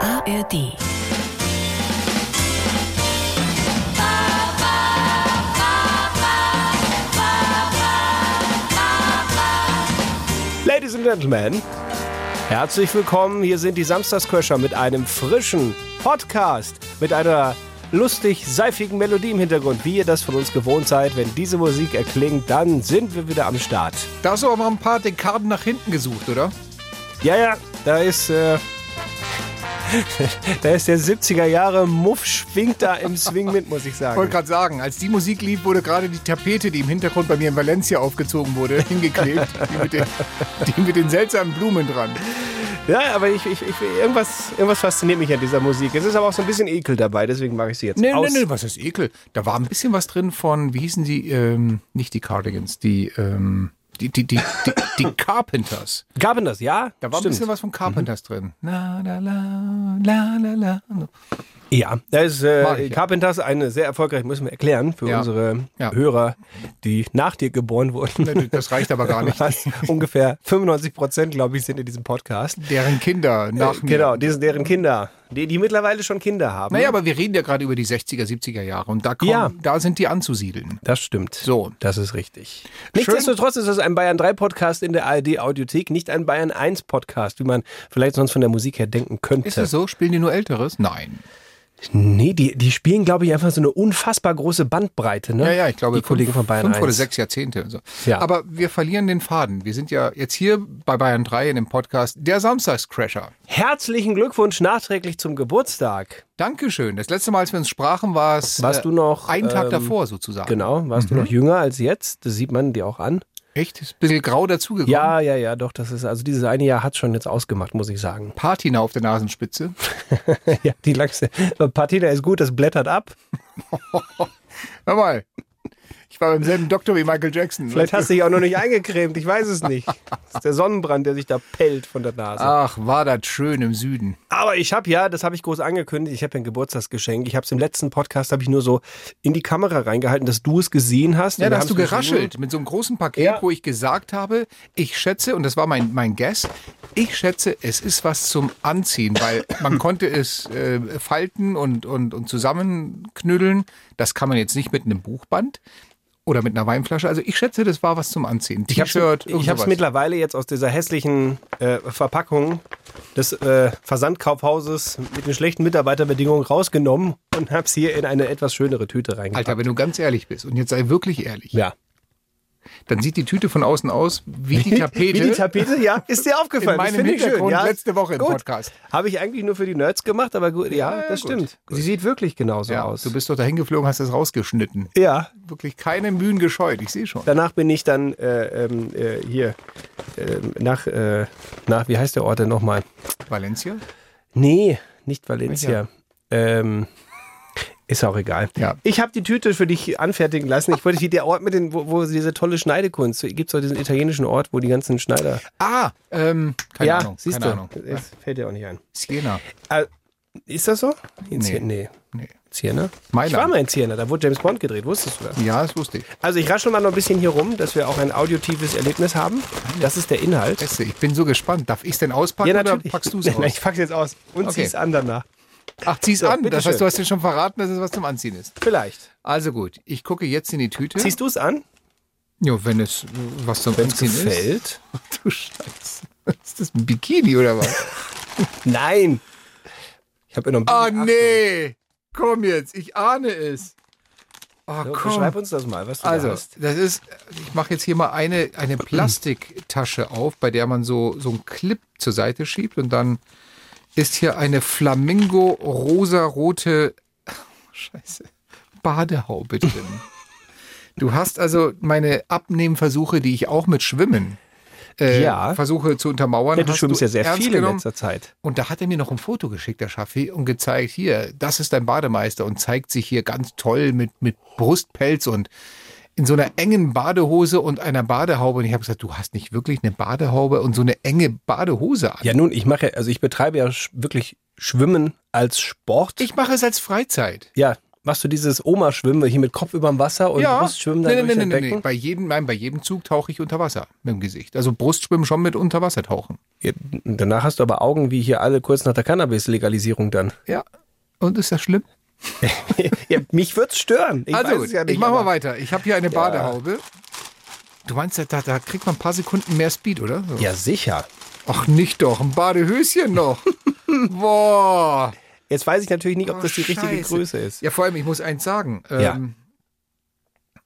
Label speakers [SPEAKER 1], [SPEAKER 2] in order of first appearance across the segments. [SPEAKER 1] ARD.
[SPEAKER 2] Ladies and Gentlemen, herzlich willkommen. Hier sind die Samstagscrasher mit einem frischen Podcast, mit einer lustig seifigen Melodie im Hintergrund, wie ihr das von uns gewohnt seid. Wenn diese Musik erklingt, dann sind wir wieder am Start.
[SPEAKER 3] Da hast du aber mal ein paar Dekaden nach hinten gesucht, oder?
[SPEAKER 2] Ja, ja, da ist äh, da ist der 70er Jahre Muff schwingt da im Swing mit, muss ich
[SPEAKER 3] Ich wollte
[SPEAKER 2] sagen.
[SPEAKER 3] gerade sagen, als die Musik lief, wurde gerade die Tapete, die im Hintergrund bei mir in Valencia aufgezogen wurde, hingeklebt. Die mit den, die mit den seltsamen Blumen dran.
[SPEAKER 2] Ja, aber ich, ich, ich irgendwas irgendwas fasziniert mich an dieser Musik. Es ist aber auch so ein bisschen ekel dabei, deswegen mache ich sie jetzt aus.
[SPEAKER 3] was ist Ekel? Da war ein bisschen was drin von, wie hießen die, ähm, nicht die Cardigans, die, ähm, die, die, die, die, die Carpenters. Mhm.
[SPEAKER 2] Gaben das, ja?
[SPEAKER 3] Da war ein bisschen was von Carpenters drin. La, la, la, la, la, la.
[SPEAKER 2] Ja, da ist
[SPEAKER 3] Mag
[SPEAKER 2] äh,
[SPEAKER 3] ich, ja.
[SPEAKER 2] Carpenters eine sehr erfolgreich, müssen wir erklären, für
[SPEAKER 3] Ja.
[SPEAKER 2] unsere
[SPEAKER 3] Ja.
[SPEAKER 2] Hörer, die nach dir geboren wurden.
[SPEAKER 3] Das reicht aber gar nicht.
[SPEAKER 2] Was ungefähr 95 Prozent, glaube ich, sind in diesem Podcast.
[SPEAKER 3] Deren Kinder nach mir.
[SPEAKER 2] Genau, die sind deren Kinder, die, die mittlerweile schon Kinder haben.
[SPEAKER 3] Naja, aber wir reden ja gerade über die 60er, 70er Jahre und da, kommen,
[SPEAKER 2] Hm? Ja.
[SPEAKER 3] da sind die anzusiedeln.
[SPEAKER 2] Das stimmt.
[SPEAKER 3] So.
[SPEAKER 2] Das ist richtig. Nichtsdestotrotz ist es ein Bayern 3 Podcast in der ARD Audiothek, nicht ein Bayern 1 Podcast, wie man vielleicht sonst von der Musik her denken könnte.
[SPEAKER 3] Ist es so? Spielen die nur Älteres? Nein.
[SPEAKER 2] Nee, die, die spielen, glaube ich, einfach so eine unfassbar große Bandbreite, ne?
[SPEAKER 3] Ja, ja, ich glaube,
[SPEAKER 2] Die Kollegen
[SPEAKER 3] fünf,
[SPEAKER 2] von Bayern
[SPEAKER 3] fünf
[SPEAKER 2] 1.
[SPEAKER 3] oder sechs Jahrzehnte. Und so.
[SPEAKER 2] Ja.
[SPEAKER 3] Aber wir verlieren den Faden. Wir sind ja jetzt hier bei Bayern 3 in dem Podcast der Samstagscrasher.
[SPEAKER 2] Herzlichen Glückwunsch nachträglich zum Geburtstag.
[SPEAKER 3] Dankeschön. Das letzte Mal, als wir uns sprachen, war es
[SPEAKER 2] Warst du noch,
[SPEAKER 3] einen Tag
[SPEAKER 2] ähm,
[SPEAKER 3] davor sozusagen.
[SPEAKER 2] Genau, warst
[SPEAKER 3] Mhm.
[SPEAKER 2] du noch jünger als jetzt? Das sieht man dir auch an.
[SPEAKER 3] Echt? Ist ein bisschen grau dazugekommen.
[SPEAKER 2] Ja, ja, ja, doch, das ist, also dieses eine Jahr hat schon jetzt ausgemacht, muss ich sagen.
[SPEAKER 3] Patina auf der Nasenspitze.
[SPEAKER 2] ja, die Lachse. Patina ist gut, das blättert ab.
[SPEAKER 3] Hör mal. Ich war beim selben Doktor wie Michael Jackson.
[SPEAKER 2] Vielleicht hast du dich auch noch nicht eingecremt, ich weiß es nicht. Das ist der Sonnenbrand, der sich da pellt von der Nase.
[SPEAKER 3] Ach, war das schön im Süden.
[SPEAKER 2] Aber ich habe ja, das habe ich groß angekündigt, ich habe ja ein Geburtstagsgeschenk. Ich habe es im letzten Podcast, habe ich nur so in die Kamera reingehalten, dass du es gesehen hast.
[SPEAKER 3] Ja,
[SPEAKER 2] Und
[SPEAKER 3] da
[SPEAKER 2] wir
[SPEAKER 3] hast du
[SPEAKER 2] haben's
[SPEAKER 3] geraschelt mit so einem großen Paket,
[SPEAKER 2] Ja.
[SPEAKER 3] wo ich gesagt habe, ich schätze, und das war mein, mein Guess, ich schätze, es ist was zum Anziehen, weil man konnte es äh, falten und, und, und zusammenknüdeln. Das kann man jetzt nicht mit einem Buchband oder mit einer Weinflasche. Also ich schätze, das war was zum Anziehen.
[SPEAKER 2] Ich habe
[SPEAKER 3] T-Shirt, irgend
[SPEAKER 2] es
[SPEAKER 3] sowas.
[SPEAKER 2] mittlerweile jetzt aus dieser hässlichen äh, Verpackung des äh, Versandkaufhauses mit den schlechten Mitarbeiterbedingungen rausgenommen und habe es hier in eine etwas schönere Tüte reingepackt.
[SPEAKER 3] Alter, wenn du ganz ehrlich bist, und jetzt sei wirklich ehrlich,
[SPEAKER 2] Ja.
[SPEAKER 3] dann sieht die Tüte von außen aus wie die Tapete.
[SPEAKER 2] Wie die Tapete, ja, ist dir aufgefallen.
[SPEAKER 3] In
[SPEAKER 2] Das
[SPEAKER 3] meinem
[SPEAKER 2] finde ich schön.
[SPEAKER 3] Hintergrund
[SPEAKER 2] Ja,
[SPEAKER 3] letzte Woche im
[SPEAKER 2] gut.
[SPEAKER 3] Podcast.
[SPEAKER 2] Habe ich eigentlich nur für die Nerds gemacht, aber gut, ja,
[SPEAKER 3] Ja,
[SPEAKER 2] das
[SPEAKER 3] gut,
[SPEAKER 2] stimmt. Sie sieht wirklich genauso
[SPEAKER 3] ja,
[SPEAKER 2] aus.
[SPEAKER 3] du bist doch dahin geflogen, hast das rausgeschnitten.
[SPEAKER 2] ja,
[SPEAKER 3] Wirklich keine Mühen gescheut, ich sehe schon.
[SPEAKER 2] Danach bin ich dann äh, ähm, äh, hier äh, nach, äh, nach, wie heißt der Ort denn nochmal?
[SPEAKER 3] Valencia?
[SPEAKER 2] Nee, nicht Valencia. Ähm, ist auch egal.
[SPEAKER 3] Ja.
[SPEAKER 2] Ich habe die Tüte für dich anfertigen lassen. Ich wollte wie der Ort mit den, wo, wo diese tolle Schneidekunst. Gibt es auch diesen italienischen Ort, wo die ganzen Schneider.
[SPEAKER 3] Ah, ähm, keine
[SPEAKER 2] ja,
[SPEAKER 3] Ahnung,
[SPEAKER 2] siehst
[SPEAKER 3] keine
[SPEAKER 2] du.
[SPEAKER 3] Ahnung.
[SPEAKER 2] Es fällt dir auch nicht ein.
[SPEAKER 3] Siena.
[SPEAKER 2] Äh, ist das so? In
[SPEAKER 3] Nee.
[SPEAKER 2] Siena- nee.
[SPEAKER 3] Nee.
[SPEAKER 2] Siena?
[SPEAKER 3] Mailand.
[SPEAKER 2] Ich war mal in Siena, da wurde James Bond gedreht, wusstest du das?
[SPEAKER 3] Ja, das wusste ich.
[SPEAKER 2] Also ich raschel mal noch ein bisschen hier rum, dass wir auch ein audiotives Erlebnis haben. Das ist der Inhalt.
[SPEAKER 3] Beste, ich bin so gespannt. Darf ich es denn auspacken oder packst du es
[SPEAKER 2] Nein,
[SPEAKER 3] aus?
[SPEAKER 2] ich pack's jetzt aus und
[SPEAKER 3] Okay.
[SPEAKER 2] zieh's an danach.
[SPEAKER 3] Ach, zieh's
[SPEAKER 2] So,
[SPEAKER 3] an. Das
[SPEAKER 2] bitteschön.
[SPEAKER 3] heißt, du hast dir schon verraten, dass es was zum Anziehen ist.
[SPEAKER 2] Vielleicht.
[SPEAKER 3] Also gut, ich gucke jetzt in die Tüte.
[SPEAKER 2] Ziehst du's an?
[SPEAKER 3] Ja, wenn es äh, was zum Anziehen ist. Du Scheiße. Ist das ein Bikini oder was?
[SPEAKER 2] Nein. Ich habe noch ein
[SPEAKER 3] Ah,
[SPEAKER 2] bisschen
[SPEAKER 3] nee. Komm jetzt, ich ahne es. Ah,
[SPEAKER 2] Achtung.
[SPEAKER 3] komm.
[SPEAKER 2] Beschreib uns das mal, was du
[SPEAKER 3] Also,
[SPEAKER 2] da hast.
[SPEAKER 3] das ist, ich mache jetzt hier mal eine, eine Plastiktasche auf, bei der man so, so einen Clip zur Seite schiebt und dann ist hier eine Flamingo-rosarote, scheiße, Badehaube drin. du hast also meine Abnehmversuche, die ich auch mit Schwimmen äh,
[SPEAKER 2] Ja.
[SPEAKER 3] versuche zu untermauern.
[SPEAKER 2] Ja, du
[SPEAKER 3] hast
[SPEAKER 2] schwimmst ja sehr
[SPEAKER 3] ernst
[SPEAKER 2] viel in
[SPEAKER 3] genommen.
[SPEAKER 2] letzter Zeit.
[SPEAKER 3] Und da hat er mir noch ein Foto geschickt, der Schaffi, und gezeigt, hier, das ist dein Bademeister und zeigt sich hier ganz toll mit, mit Brustpelz und in so einer engen Badehose und einer Badehaube. Und ich habe gesagt, du hast nicht wirklich eine Badehaube und so eine enge Badehose an.
[SPEAKER 2] Ja, nun, ich mache, also ich betreibe ja sch- wirklich Schwimmen als Sport.
[SPEAKER 3] Ich mache es als Freizeit.
[SPEAKER 2] ja, machst du dieses Oma-Schwimmen hier mit Kopf überm Wasser und Brustschwimmen dann
[SPEAKER 3] nee,
[SPEAKER 2] durch
[SPEAKER 3] nee,
[SPEAKER 2] dein
[SPEAKER 3] nee, nee,
[SPEAKER 2] Becken?
[SPEAKER 3] nee. Bei jedem, nein, bei jedem Zug tauche ich unter Wasser mit dem Gesicht. Also Brustschwimmen schon mit Unterwassertauchen.
[SPEAKER 2] Ja, danach hast du aber Augen wie hier alle kurz nach der Cannabis-Legalisierung dann.
[SPEAKER 3] Ja. Und ist das schlimm?
[SPEAKER 2] ja, mich würde es stören. Ich
[SPEAKER 3] also,
[SPEAKER 2] weiß es ja nicht,
[SPEAKER 3] ich mach mal
[SPEAKER 2] aber-
[SPEAKER 3] weiter. Ich habe hier eine Badehaube. Du meinst, da, da kriegt man ein paar Sekunden mehr Speed, oder? So.
[SPEAKER 2] Ja, sicher.
[SPEAKER 3] Ach, nicht doch. Ein Badehöschen noch. Boah.
[SPEAKER 2] Jetzt weiß ich natürlich nicht, ob das die
[SPEAKER 3] Oh,
[SPEAKER 2] richtige
[SPEAKER 3] Scheiße.
[SPEAKER 2] Größe ist.
[SPEAKER 3] Ja, vor allem, ich muss eins sagen. Ähm,
[SPEAKER 2] Ja.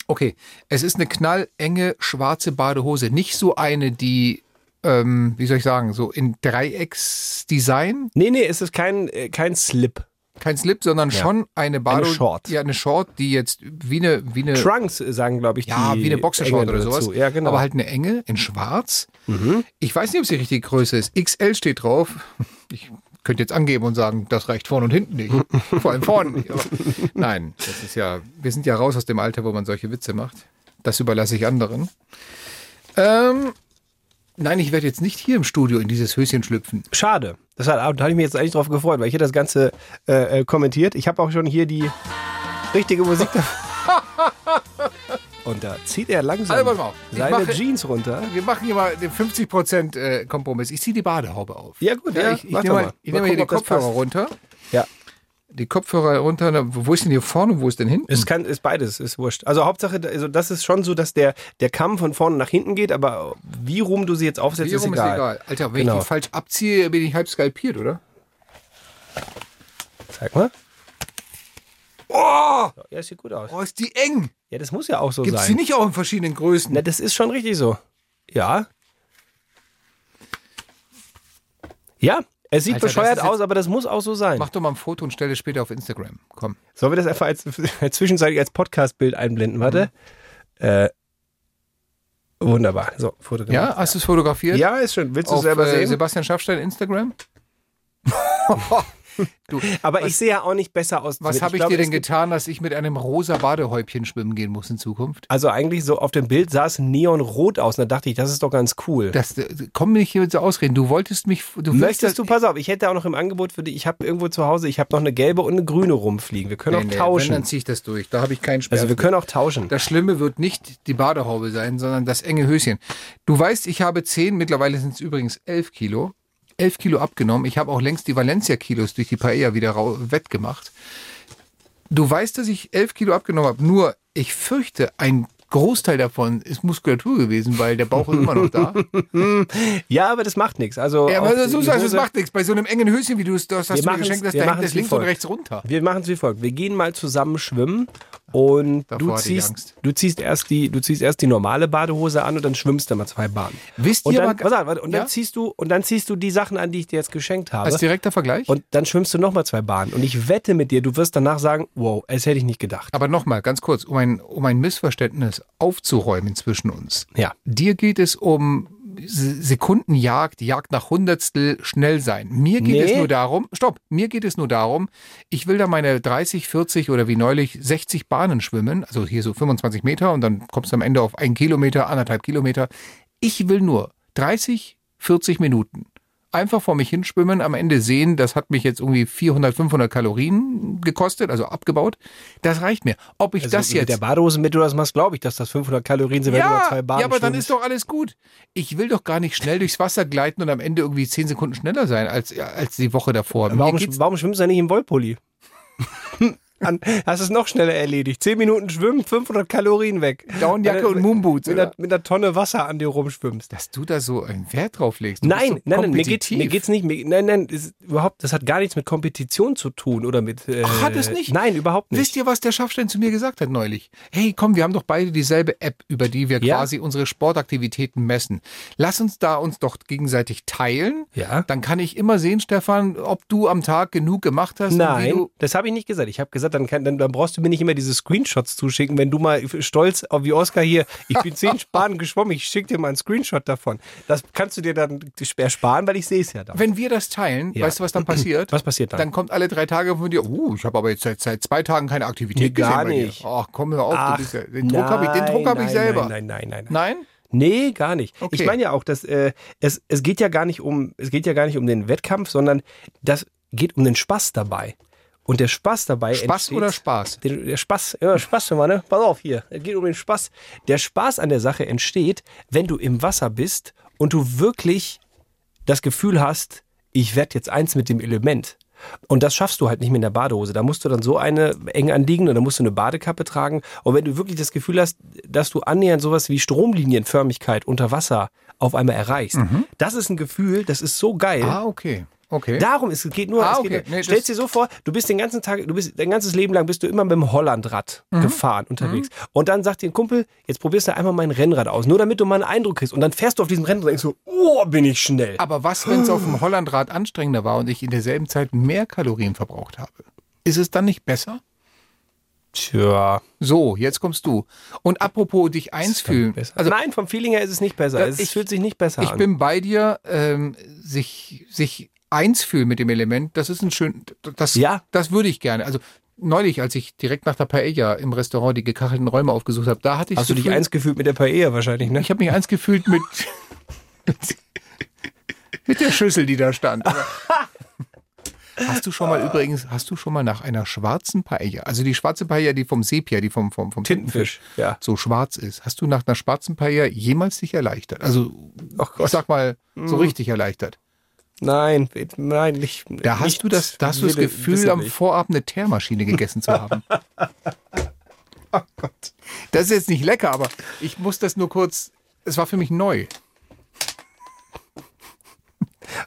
[SPEAKER 3] Okay, es ist eine knallenge schwarze Badehose. Nicht so eine, die, ähm, wie soll ich sagen, so in Dreiecksdesign.
[SPEAKER 2] Nee, nee, es ist kein, äh, kein Slip.
[SPEAKER 3] Kein Slip, sondern schon eine Badehose.
[SPEAKER 2] Short.
[SPEAKER 3] Ja, eine Short, die jetzt wie eine, wie eine
[SPEAKER 2] Trunks äh, sagen, glaube ich,
[SPEAKER 3] Ja,
[SPEAKER 2] die
[SPEAKER 3] wie eine Boxershort
[SPEAKER 2] Engländer
[SPEAKER 3] oder sowas.
[SPEAKER 2] dazu. Ja, genau. Mhm.
[SPEAKER 3] Aber halt eine enge in schwarz. Ich weiß nicht, ob es die richtige Größe ist. XL steht drauf. Ich könnte jetzt angeben und sagen, das reicht vorne und hinten nicht. Vor allem vorne nicht. Aber nein, das ist ja, wir sind ja raus aus dem Alter, wo man solche Witze macht. Das überlasse ich anderen. Ähm, nein, ich werde jetzt nicht hier im Studio in dieses Höschen schlüpfen.
[SPEAKER 2] Schade. Das hat, da habe ich mich jetzt eigentlich drauf gefreut, weil ich hier das Ganze äh, äh, kommentiert. Ich habe auch schon hier die richtige Musik dafür. Und da zieht er langsam
[SPEAKER 3] Also, warte mal. Ich
[SPEAKER 2] seine
[SPEAKER 3] mache-
[SPEAKER 2] Jeans runter.
[SPEAKER 3] Wir machen hier mal den 50% äh, Kompromiss. Ich ziehe die Badehaube auf.
[SPEAKER 2] Ja, gut, ja,
[SPEAKER 3] ich, ich
[SPEAKER 2] mach
[SPEAKER 3] nehme
[SPEAKER 2] doch
[SPEAKER 3] mal,
[SPEAKER 2] mal.
[SPEAKER 3] ich
[SPEAKER 2] Mal
[SPEAKER 3] nehme hier die
[SPEAKER 2] gucken, ob das
[SPEAKER 3] Kopfhörer
[SPEAKER 2] passt.
[SPEAKER 3] runter.
[SPEAKER 2] Ja,
[SPEAKER 3] die Kopfhörer runter. Na, Wo ist denn hier vorne, und wo ist denn hinten?
[SPEAKER 2] es kann, ist beides, ist wurscht. Also Hauptsache, also das ist schon so, dass der, der Kamm von vorne nach hinten geht, aber wie rum du sie jetzt aufsetzt,
[SPEAKER 3] Hier
[SPEAKER 2] ist
[SPEAKER 3] rum
[SPEAKER 2] egal.
[SPEAKER 3] Alter, wenn
[SPEAKER 2] Genau.
[SPEAKER 3] ich die falsch abziehe, bin ich halb skalpiert, oder?
[SPEAKER 2] Zeig mal.
[SPEAKER 3] Oh,
[SPEAKER 2] Ja, sieht gut aus.
[SPEAKER 3] oh ist die eng.
[SPEAKER 2] Ja, das muss ja auch so
[SPEAKER 3] Gibt es die
[SPEAKER 2] sein.
[SPEAKER 3] nicht auch in verschiedenen Größen?
[SPEAKER 2] Na, das ist schon richtig so. Ja. Ja, es sieht
[SPEAKER 3] Alter, das
[SPEAKER 2] bescheuert
[SPEAKER 3] ist jetzt-
[SPEAKER 2] aus, aber das muss auch so sein.
[SPEAKER 3] Mach doch mal ein Foto und stelle es später auf Instagram. Komm.
[SPEAKER 2] Sollen wir das einfach als, als zwischenzeitlich als Podcast-Bild einblenden? Warte. Äh, wunderbar. So, Foto
[SPEAKER 3] Ja,
[SPEAKER 2] gemacht.
[SPEAKER 3] hast du es fotografiert?
[SPEAKER 2] Ja, ist schön. Willst du es
[SPEAKER 3] Auf
[SPEAKER 2] selber
[SPEAKER 3] äh,
[SPEAKER 2] sehen?
[SPEAKER 3] Sebastian Schaffstein Instagram? du,
[SPEAKER 2] aber ich sehe ja auch nicht besser aus.
[SPEAKER 3] was
[SPEAKER 2] damit.
[SPEAKER 3] habe ich,
[SPEAKER 2] glaube,
[SPEAKER 3] dir
[SPEAKER 2] es
[SPEAKER 3] denn
[SPEAKER 2] gibt-
[SPEAKER 3] getan, dass ich mit einem rosa Badehäubchen schwimmen gehen muss in Zukunft?
[SPEAKER 2] Also eigentlich so auf dem Bild sah es neonrot aus. Und da dachte ich, das ist doch ganz cool.
[SPEAKER 3] Das, äh, komm mir nicht hier so ausreden. Du wolltest mich. Du willst das-
[SPEAKER 2] Möchtest du, pass auf, ich hätte auch noch im Angebot für dich, ich habe irgendwo zu Hause, ich habe noch eine gelbe und eine grüne rumfliegen. Wir können
[SPEAKER 3] Nee,
[SPEAKER 2] auch
[SPEAKER 3] nee,
[SPEAKER 2] tauschen.
[SPEAKER 3] Wenn, dann ziehe ich das durch. Da habe ich keinen Spaß.
[SPEAKER 2] also wir können auch tauschen.
[SPEAKER 3] Das Schlimme wird nicht die Badehaube sein, sondern das enge Höschen. Du weißt, ich habe 10, mittlerweile sind es übrigens 11 Kilo. 11 Kilo abgenommen. Ich habe auch längst die Valencia-Kilos durch die Paella wieder rau- wettgemacht. Du weißt, dass ich 11 Kilo abgenommen habe. Nur, ich fürchte, ein Großteil davon ist Muskulatur gewesen, weil der Bauch ist immer noch da.
[SPEAKER 2] Ja, aber das macht nichts. Also
[SPEAKER 3] ja,
[SPEAKER 2] auf
[SPEAKER 3] aber so
[SPEAKER 2] die
[SPEAKER 3] sagst du, es
[SPEAKER 2] Hose-
[SPEAKER 3] macht nichts. Bei so einem engen Höschen, wie du es das hast, du mir
[SPEAKER 2] machen's-
[SPEAKER 3] geschenkt hast,
[SPEAKER 2] wir
[SPEAKER 3] da hängt
[SPEAKER 2] machen's
[SPEAKER 3] es
[SPEAKER 2] wie
[SPEAKER 3] links und
[SPEAKER 2] folgt.
[SPEAKER 3] rechts runter.
[SPEAKER 2] Wir machen es wie folgt. Wir gehen mal zusammen schwimmen und
[SPEAKER 3] Davor
[SPEAKER 2] du
[SPEAKER 3] hatte ich
[SPEAKER 2] ziehst,
[SPEAKER 3] Angst.
[SPEAKER 2] du, ziehst erst die, du ziehst erst die normale Badehose an und dann schwimmst du mal zwei Bahnen.
[SPEAKER 3] Wisst
[SPEAKER 2] Und
[SPEAKER 3] ihr,
[SPEAKER 2] dann,
[SPEAKER 3] aber-
[SPEAKER 2] pass auf, warte, und dann
[SPEAKER 3] Ja?
[SPEAKER 2] ziehst du und dann ziehst du die Sachen an, die ich dir jetzt geschenkt habe.
[SPEAKER 3] Als direkter Vergleich?
[SPEAKER 2] Und dann schwimmst du nochmal zwei Bahnen. Und ich wette mit dir, du wirst danach sagen, wow, das hätte ich nicht gedacht.
[SPEAKER 3] Aber nochmal, ganz kurz, um ein, um ein Missverständnis aufzuräumen zwischen uns.
[SPEAKER 2] Ja.
[SPEAKER 3] Dir geht es um Se- Sekundenjagd, Jagd nach Hundertstel, schnell sein. Mir geht
[SPEAKER 2] Nee.
[SPEAKER 3] es nur darum, stopp, mir geht es nur darum, ich will da meine 30, 40 oder wie neulich 60 Bahnen schwimmen, also hier so 25 Meter und dann kommst du am Ende auf einen Kilometer, anderthalb Kilometer. Ich will nur 30, 40 Minuten. Einfach vor mich hinschwimmen, am Ende sehen, das hat mich jetzt irgendwie 400, 500 Kalorien gekostet, also abgebaut. Das reicht mir. Ob ich das
[SPEAKER 2] Also Mit der
[SPEAKER 3] jetzt
[SPEAKER 2] Badehose, mit du das machst, glaube ich, dass das 500 Kalorien sind, wenn du mal zwei Bahnen
[SPEAKER 3] ja, aber dann
[SPEAKER 2] schwimmst.
[SPEAKER 3] ist doch alles gut. Ich will doch gar nicht schnell durchs Wasser gleiten und am Ende irgendwie zehn Sekunden schneller sein als, als die Woche davor. Mir
[SPEAKER 2] Warum,
[SPEAKER 3] geht's-
[SPEAKER 2] warum schwimmst du denn nicht im Wollpulli? An, hast es noch schneller erledigt. Zehn Minuten schwimmen, 500 Kalorien weg.
[SPEAKER 3] Downjacke
[SPEAKER 2] Mit-
[SPEAKER 3] und Moonboots,
[SPEAKER 2] Mit einer,
[SPEAKER 3] oder?
[SPEAKER 2] mit einer Tonne Wasser an dir rumschwimmst.
[SPEAKER 3] dass du da so einen Wert drauf legst? Du
[SPEAKER 2] Nein,
[SPEAKER 3] bist so
[SPEAKER 2] nein, nein, mir geht's,
[SPEAKER 3] kompetitiv.
[SPEAKER 2] mir geht's nicht. Mir, nein, nein, ist, überhaupt, das hat gar nichts mit Kompetition zu tun oder mit. Äh,
[SPEAKER 3] Ach, hat es nicht?
[SPEAKER 2] Nein, überhaupt nicht.
[SPEAKER 3] Wisst ihr, was der Schaffstein zu mir gesagt hat neulich? Hey, komm, wir haben doch beide dieselbe App, über die wir
[SPEAKER 2] Ja.
[SPEAKER 3] quasi unsere Sportaktivitäten messen. Lass uns da uns doch gegenseitig teilen.
[SPEAKER 2] Ja.
[SPEAKER 3] Dann kann ich immer sehen, Stefan, ob du am Tag genug gemacht hast. und wie
[SPEAKER 2] Nein,
[SPEAKER 3] Du,
[SPEAKER 2] das habe ich nicht gesagt. Ich habe gesagt, dann, kann, dann, dann brauchst du mir nicht immer diese Screenshots zuschicken, wenn du mal stolz auf wie Oscar hier, ich bin zehn Spanen geschwommen, ich schicke dir mal einen Screenshot davon. Das kannst du dir dann ersparen, weil ich sehe es ja dann.
[SPEAKER 3] wenn wir das teilen,
[SPEAKER 2] Ja.
[SPEAKER 3] weißt du, was dann passiert?
[SPEAKER 2] Was passiert dann?
[SPEAKER 3] Dann kommt alle drei Tage von dir, oh, ich habe aber jetzt seit, seit zwei Tagen keine Aktivität
[SPEAKER 2] Nee, gar
[SPEAKER 3] gesehen bei dir.
[SPEAKER 2] nicht.
[SPEAKER 3] Ach, komm, hör auf,
[SPEAKER 2] Ach,
[SPEAKER 3] du bist ja, den Druck habe ich, den
[SPEAKER 2] nein,
[SPEAKER 3] Druck habe ich
[SPEAKER 2] nein,
[SPEAKER 3] selber.
[SPEAKER 2] Nein, nein, nein, nein. nein.
[SPEAKER 3] nein?
[SPEAKER 2] Nee, gar nicht. Ich
[SPEAKER 3] Okay.
[SPEAKER 2] meine ja auch, dass äh, es, es geht ja gar nicht um es geht ja gar nicht um den Wettkampf, sondern das geht um den Spaß dabei. Und der Spaß dabei
[SPEAKER 3] Spaß
[SPEAKER 2] entsteht-
[SPEAKER 3] oder Spaß?
[SPEAKER 2] Der, der Spaß, ja, Spaß immer, ne? Pass auf hier. Es geht um den Spaß. Der Spaß an der Sache entsteht, wenn du im Wasser bist und du wirklich das Gefühl hast, ich werde jetzt eins mit dem Element. Und das schaffst du halt nicht mit einer Badehose. Da musst du dann so eine eng anliegen und dann musst du eine Badekappe tragen. Und wenn du wirklich das Gefühl hast, dass du annähernd sowas wie Stromlinienförmigkeit unter Wasser auf einmal erreichst, das ist ein Gefühl, das ist so geil.
[SPEAKER 3] Mhm. Ah, okay. Okay.
[SPEAKER 2] Darum ist es geht nur.
[SPEAKER 3] Ah,
[SPEAKER 2] es geht
[SPEAKER 3] okay.
[SPEAKER 2] nur.
[SPEAKER 3] Nee,
[SPEAKER 2] Stellst
[SPEAKER 3] das-
[SPEAKER 2] dir so vor, du bist den ganzen Tag, du bist dein ganzes Leben lang bist du immer mit dem Hollandrad
[SPEAKER 3] Mhm.
[SPEAKER 2] gefahren unterwegs. Und dann sagt dir ein Kumpel, jetzt probierst du einmal mein Rennrad aus, nur damit du mal einen Eindruck kriegst. Und dann fährst du auf diesem Rennrad und denkst so, oh, bin ich schnell.
[SPEAKER 3] Aber was, wenn es auf dem Hollandrad anstrengender war und ich in derselben Zeit mehr Kalorien verbraucht habe? Ist es dann nicht besser?
[SPEAKER 2] Tja,
[SPEAKER 3] So, jetzt kommst du. Und apropos dich eins fühlen.
[SPEAKER 2] besser.
[SPEAKER 3] Also
[SPEAKER 2] Nein, vom Feeling her ist es nicht besser.
[SPEAKER 3] Da-
[SPEAKER 2] es
[SPEAKER 3] ich-
[SPEAKER 2] fühlt sich nicht besser
[SPEAKER 3] ich
[SPEAKER 2] an.
[SPEAKER 3] bin bei dir, ähm, sich, sich eins fühlen mit dem Element, das ist ein schön, das,
[SPEAKER 2] Ja.
[SPEAKER 3] das würde ich gerne. Also neulich, als ich direkt nach der Paella im Restaurant die gekachelten Räume aufgesucht habe, da hatte ich
[SPEAKER 2] Hast du
[SPEAKER 3] das
[SPEAKER 2] dich
[SPEAKER 3] Gefühl-
[SPEAKER 2] eins gefühlt mit der Paella wahrscheinlich, ne?
[SPEAKER 3] Ich habe mich eins gefühlt mit, mit der Schüssel, die da stand. Aber- Hast du schon
[SPEAKER 2] Ah.
[SPEAKER 3] mal übrigens, hast du schon mal nach einer schwarzen Paella, also die schwarze Paella, die vom Sepia, die vom, vom, vom
[SPEAKER 2] Tintenfisch, ja.
[SPEAKER 3] so schwarz ist, hast du nach einer schwarzen Paella jemals dich erleichtert? Also,
[SPEAKER 2] Oh
[SPEAKER 3] ich sag mal, so
[SPEAKER 2] Hm.
[SPEAKER 3] richtig erleichtert.
[SPEAKER 2] Nein, nein, nicht.
[SPEAKER 3] Da hast
[SPEAKER 2] nicht
[SPEAKER 3] du das, da hast du das
[SPEAKER 2] wilde-
[SPEAKER 3] Gefühl,
[SPEAKER 2] wissentlich.
[SPEAKER 3] am Vorabend eine Teermaschine gegessen zu haben. oh Gott. Das ist jetzt nicht lecker, aber ich muss das nur kurz. Es war für mich neu.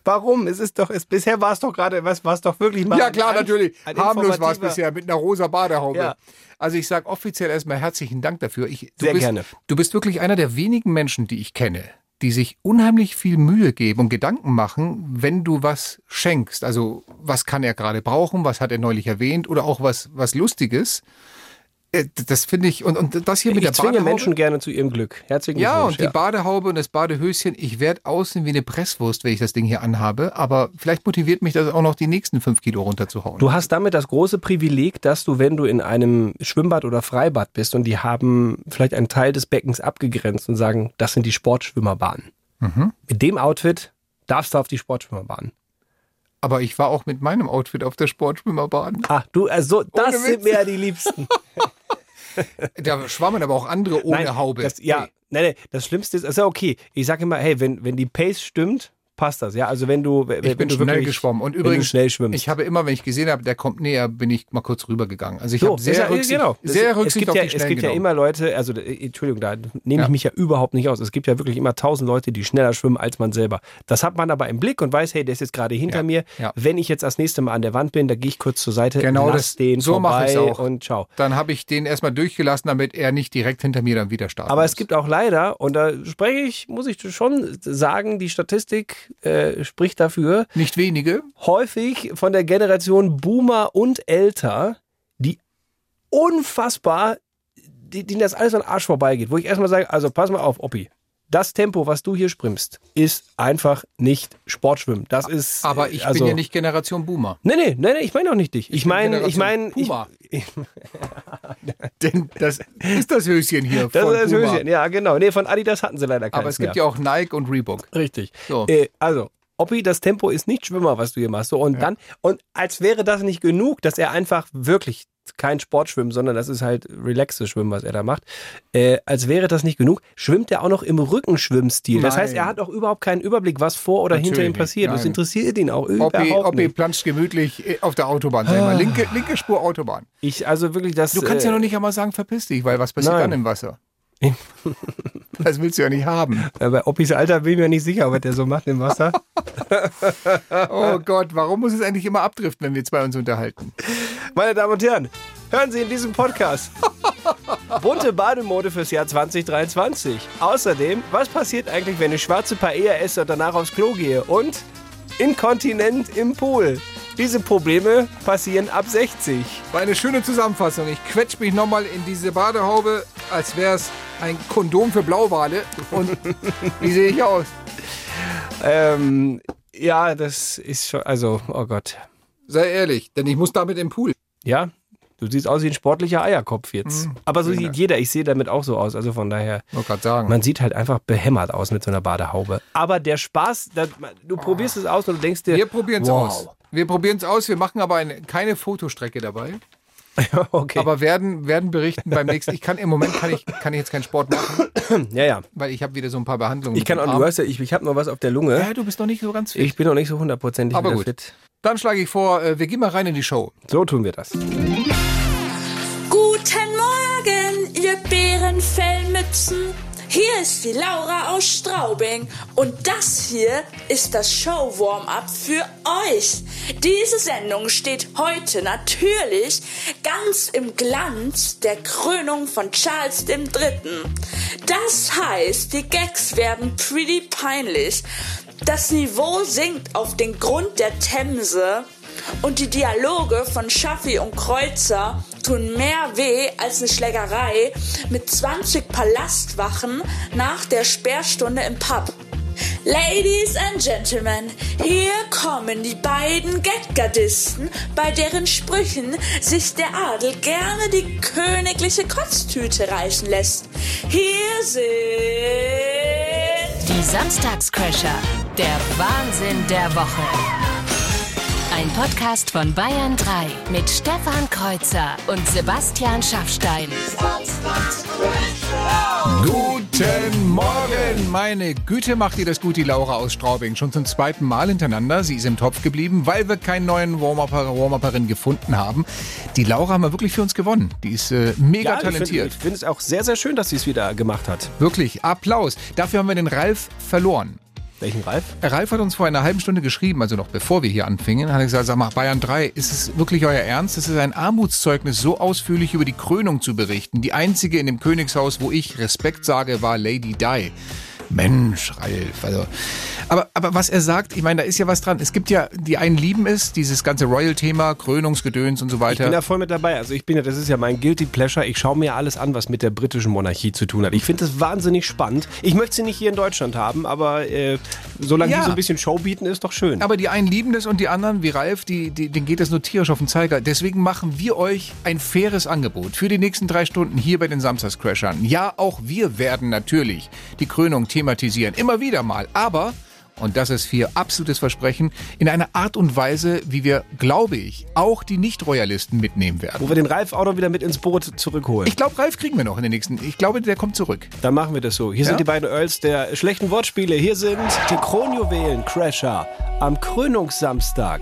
[SPEAKER 2] Warum? Es ist doch, es, bisher war es doch gerade, was war es doch wirklich mal.
[SPEAKER 3] Ja,
[SPEAKER 2] ein-
[SPEAKER 3] klar,
[SPEAKER 2] ein-
[SPEAKER 3] natürlich.
[SPEAKER 2] ein
[SPEAKER 3] Harmlos war es
[SPEAKER 2] informativer-
[SPEAKER 3] bisher mit einer rosa Badehaube.
[SPEAKER 2] Ja.
[SPEAKER 3] Also ich sage offiziell erstmal herzlichen Dank dafür. Ich, du
[SPEAKER 2] Sehr
[SPEAKER 3] bist,
[SPEAKER 2] gerne.
[SPEAKER 3] Du bist wirklich einer der wenigen Menschen, die ich kenne, die sich unheimlich viel Mühe geben und Gedanken machen, wenn du was schenkst. Also was kann er gerade brauchen, was hat er neulich erwähnt oder auch was, was Lustiges. Äh, d- Das finde ich, und, und das hier mit
[SPEAKER 2] Ich
[SPEAKER 3] der
[SPEAKER 2] zwinge
[SPEAKER 3] Badehaube.
[SPEAKER 2] Menschen gerne zu ihrem Glück. Herzlichen
[SPEAKER 3] Ja,
[SPEAKER 2] Glückwunsch.
[SPEAKER 3] und die Badehaube und das Badehöschen, ich werde aussehen wie eine Presswurst, wenn ich das Ding hier anhabe, aber vielleicht motiviert mich das auch noch, die nächsten fünf Kilo runterzuhauen.
[SPEAKER 2] Du hast damit das große Privileg, dass du, wenn du in einem Schwimmbad oder Freibad bist und die haben vielleicht einen Teil des Beckens abgegrenzt und sagen, das sind die Sportschwimmerbahnen. Mit dem Outfit darfst du auf die Sportschwimmerbahn.
[SPEAKER 3] Aber ich war auch mit meinem Outfit auf der Sportschwimmerbahn.
[SPEAKER 2] Ah, du, also das
[SPEAKER 3] Ohne
[SPEAKER 2] sind
[SPEAKER 3] Witz.
[SPEAKER 2] mir ja die Liebsten.
[SPEAKER 3] Da schwammen aber auch andere ohne Haube.
[SPEAKER 2] Das, ja,
[SPEAKER 3] Hey,
[SPEAKER 2] nein, nein, das Schlimmste ist, also okay, ich sage immer, hey, wenn, wenn die Pace stimmt, passt das. Ja, also wenn du, wenn,
[SPEAKER 3] Ich bin
[SPEAKER 2] du
[SPEAKER 3] schnell
[SPEAKER 2] wirklich,
[SPEAKER 3] geschwommen. Und
[SPEAKER 2] wenn
[SPEAKER 3] übrigens,
[SPEAKER 2] du schnell schwimmst.
[SPEAKER 3] ich habe immer, wenn ich gesehen habe, der kommt näher, bin ich mal kurz rübergegangen. Also ich
[SPEAKER 2] So,
[SPEAKER 3] habe sehr,
[SPEAKER 2] ist ja-
[SPEAKER 3] Rücksicht,
[SPEAKER 2] genau.
[SPEAKER 3] sehr
[SPEAKER 2] es, es
[SPEAKER 3] Rücksicht
[SPEAKER 2] gibt
[SPEAKER 3] auf
[SPEAKER 2] ja,
[SPEAKER 3] die
[SPEAKER 2] Es
[SPEAKER 3] Schnellen
[SPEAKER 2] gibt ja
[SPEAKER 3] genommen.
[SPEAKER 2] immer Leute, also äh, Entschuldigung, da nehme
[SPEAKER 3] Ja.
[SPEAKER 2] ich mich ja überhaupt nicht aus. Es gibt ja wirklich immer tausend Leute, die schneller schwimmen als man selber. Das hat man aber im Blick und weiß, hey, der ist jetzt gerade hinter
[SPEAKER 3] Ja.
[SPEAKER 2] mir.
[SPEAKER 3] Ja.
[SPEAKER 2] Wenn ich jetzt das nächste Mal an der Wand bin, da gehe ich kurz zur Seite,
[SPEAKER 3] Genau
[SPEAKER 2] lass
[SPEAKER 3] das-
[SPEAKER 2] den
[SPEAKER 3] so mache
[SPEAKER 2] vorbei
[SPEAKER 3] ich's auch.
[SPEAKER 2] und ciao.
[SPEAKER 3] Dann habe ich den erstmal durchgelassen, damit er nicht direkt hinter mir dann wieder startet.
[SPEAKER 2] Aber es gibt auch leider, und da spreche ich, muss ich schon sagen, die Statistik äh, spricht dafür,
[SPEAKER 3] Nicht wenige.
[SPEAKER 2] häufig von der Generation Boomer und älter, die unfassbar, die- denen das alles an den Arsch vorbeigeht, wo ich erstmal sage, also pass mal auf, Oppi. Das Tempo, was du hier schwimmst, ist einfach nicht Sportschwimmen. Das ist.
[SPEAKER 3] Aber ich
[SPEAKER 2] also,
[SPEAKER 3] bin ja nicht Generation Boomer.
[SPEAKER 2] Nee, nee, nee, nee ich meine auch nicht dich. Ich
[SPEAKER 3] bin
[SPEAKER 2] meine, ich
[SPEAKER 3] Generation
[SPEAKER 2] meine. ich-
[SPEAKER 3] Puma. Denn das ist das Höschen hier.
[SPEAKER 2] Das
[SPEAKER 3] von
[SPEAKER 2] ist das
[SPEAKER 3] Puma.
[SPEAKER 2] Höschen, ja, genau. Nee, von Adidas hatten sie leider keins
[SPEAKER 3] Aber es gibt
[SPEAKER 2] mehr.
[SPEAKER 3] ja auch Nike und Reebok.
[SPEAKER 2] Richtig.
[SPEAKER 3] So.
[SPEAKER 2] Äh, also, Oppi, das Tempo ist nicht Schwimmer, was du hier machst. So, und dann, und als wäre das nicht genug, dass er einfach wirklich kein Sportschwimmen, sondern das ist halt relaxes Schwimmen, was er da macht. Äh, als wäre das nicht genug, schwimmt er auch noch im Rückenschwimmstil. Das
[SPEAKER 3] Nein.
[SPEAKER 2] heißt, er hat auch überhaupt keinen Überblick, was vor oder hinter ihm
[SPEAKER 3] Natürlich,
[SPEAKER 2] passiert. Das
[SPEAKER 3] nein.
[SPEAKER 2] interessiert ihn auch
[SPEAKER 3] Oppi,
[SPEAKER 2] überhaupt
[SPEAKER 3] Oppi
[SPEAKER 2] nicht.
[SPEAKER 3] planscht gemütlich äh, auf der Autobahn. Sag ich mal. Linke, linke Spur Autobahn.
[SPEAKER 2] Ich, also wirklich, das.
[SPEAKER 3] Du kannst ja
[SPEAKER 2] äh,
[SPEAKER 3] noch nicht einmal sagen, verpiss dich, weil was passiert
[SPEAKER 2] Nein.
[SPEAKER 3] dann im Wasser? Das willst du ja nicht haben.
[SPEAKER 2] bei Oppis Alter bin ich mir nicht sicher, was der so macht im Wasser.
[SPEAKER 3] Oh Gott, warum muss es eigentlich immer abdriften, wenn wir zwei uns unterhalten?
[SPEAKER 2] Meine Damen und Herren, hören Sie in diesem Podcast bunte Bademode fürs Jahr 2023. Außerdem, was passiert eigentlich, wenn ich schwarze Paella esse und danach aufs Klo gehe? Und Inkontinent im Pool. Diese Probleme passieren ab 60.
[SPEAKER 3] War eine schöne Zusammenfassung. Ich quetsch mich nochmal in diese Badehaube, als wäre es ein Kondom für Blauwale. Und wie sehe ich aus?
[SPEAKER 2] Ähm, ja, das ist schon, also, oh Gott.
[SPEAKER 3] Sei ehrlich, denn ich muss damit im Pool.
[SPEAKER 2] Ja, du siehst aus wie ein sportlicher Eierkopf jetzt. Aber so sieht jeder. Ich sehe damit auch so aus. Also von daher.
[SPEAKER 3] Wollte gerade sagen.
[SPEAKER 2] Man sieht halt einfach behämmert aus mit so einer Badehaube. Aber der Spaß, da-
[SPEAKER 3] Oh.
[SPEAKER 2] du probierst es aus und du denkst dir,
[SPEAKER 3] Wir probieren es
[SPEAKER 2] wow.
[SPEAKER 3] aus. Wir probieren es aus. Wir machen aber eine, keine Fotostrecke dabei.
[SPEAKER 2] okay.
[SPEAKER 3] aber werden, werden berichten beim nächsten. Ich kann im Moment kann ich, kann ich jetzt keinen Sport machen,
[SPEAKER 2] ja, ja.
[SPEAKER 3] weil ich habe wieder so ein paar Behandlungen.
[SPEAKER 2] Ich kann
[SPEAKER 3] mit
[SPEAKER 2] auch,
[SPEAKER 3] dem
[SPEAKER 2] du
[SPEAKER 3] Arm.
[SPEAKER 2] weißt ja, ich, ich habe noch was auf der Lunge.
[SPEAKER 3] Ja, du bist noch nicht so ganz fit.
[SPEAKER 2] Ich bin noch nicht so hundertprozentig
[SPEAKER 3] Aber
[SPEAKER 2] wieder
[SPEAKER 3] gut.
[SPEAKER 2] fit.
[SPEAKER 3] Dann schlage ich vor, äh, wir gehen mal rein in die Show.
[SPEAKER 2] So tun wir das.
[SPEAKER 1] Guten Morgen, ihr Bärenfellmützen. Hier ist die Laura aus Straubing und das hier ist das Show-Warm-Up für euch. Diese Sendung steht heute natürlich ganz im Glanz der Krönung von Charles III. Das heißt, die Gags werden pretty peinlich. Das Niveau sinkt auf den Grund der Themse und die Dialoge von Schaffi und Kreuzer tun mehr weh als eine Schlägerei mit 20 Palastwachen nach der Sperrstunde im Pub. Ladies and Gentlemen, hier kommen die beiden Gettgardisten, bei deren Sprüchen sich der Adel gerne die königliche Kotztüte reichen lässt. Hier sind
[SPEAKER 4] Die Samstagscrasher. Der Wahnsinn der Woche. Ein Podcast von Bayern 3 mit Stefan Kreuzer und Sebastian Schaffstein.
[SPEAKER 3] Guten Morgen! Meine Güte, macht ihr das gut, die Laura aus Straubing. Schon zum zweiten Mal hintereinander. Sie ist im Topf geblieben, weil wir keinen neuen Warm-Upper, Warm-Upperin gefunden haben. Die Laura haben wir wirklich für uns gewonnen. Die ist äh, mega talentiert.
[SPEAKER 2] Ich finde es auch sehr, sehr schön, dass sie es wieder gemacht hat.
[SPEAKER 3] Wirklich, Applaus. Dafür haben wir den Ralf verloren.
[SPEAKER 2] Welchen Ralf?
[SPEAKER 3] Äh, Ralf hat uns vor einer halben Stunde geschrieben, also noch bevor wir hier anfingen, hat er gesagt, sag mal, Bayern 3, ist es wirklich euer Ernst? Es ist ein Armutszeugnis, so ausführlich über die Krönung zu berichten. Die einzige in dem Königshaus, wo ich Respekt sage, war Lady Di. Mensch, Ralf. Also, aber, aber was er sagt, ich meine, da ist ja was dran. Es gibt ja, die einen lieben es, dieses ganze Royal-Thema, Krönungsgedöns und so
[SPEAKER 2] Ich
[SPEAKER 3] weiter.
[SPEAKER 2] bin da voll mit dabei. Also ich bin ja, das ist ja mein Guilty Pleasure. Ich schaue mir alles an, was mit der britischen Monarchie zu tun hat. Ich finde das wahnsinnig spannend. Ich möchte sie nicht hier in Deutschland haben, aber äh, solange
[SPEAKER 3] Ja.
[SPEAKER 2] die so ein bisschen Show bieten, ist doch schön.
[SPEAKER 3] Aber die einen lieben das und die anderen, wie Ralf, die, die, denen geht das nur tierisch auf den Zeiger. Deswegen machen wir euch ein faires Angebot für die nächsten drei Stunden hier bei den Samstagscrashern. Ja, auch wir werden natürlich die Krönung thematisieren. Immer wieder mal. Aber, und das ist hier absolutes Versprechen, in einer Art und Weise, wie wir, glaube ich, auch die Nicht-Royalisten mitnehmen werden.
[SPEAKER 2] Wo wir den Ralf auch noch wieder mit ins Boot zurückholen.
[SPEAKER 3] Ich glaube, Ralf kriegen wir noch in den nächsten. Ich glaube, der kommt zurück.
[SPEAKER 2] Dann machen wir das so. Hier
[SPEAKER 3] Ja?
[SPEAKER 2] sind die beiden Earls der schlechten Wortspiele. Hier sind die Kronjuwelen Crasher am Krönungssamstag.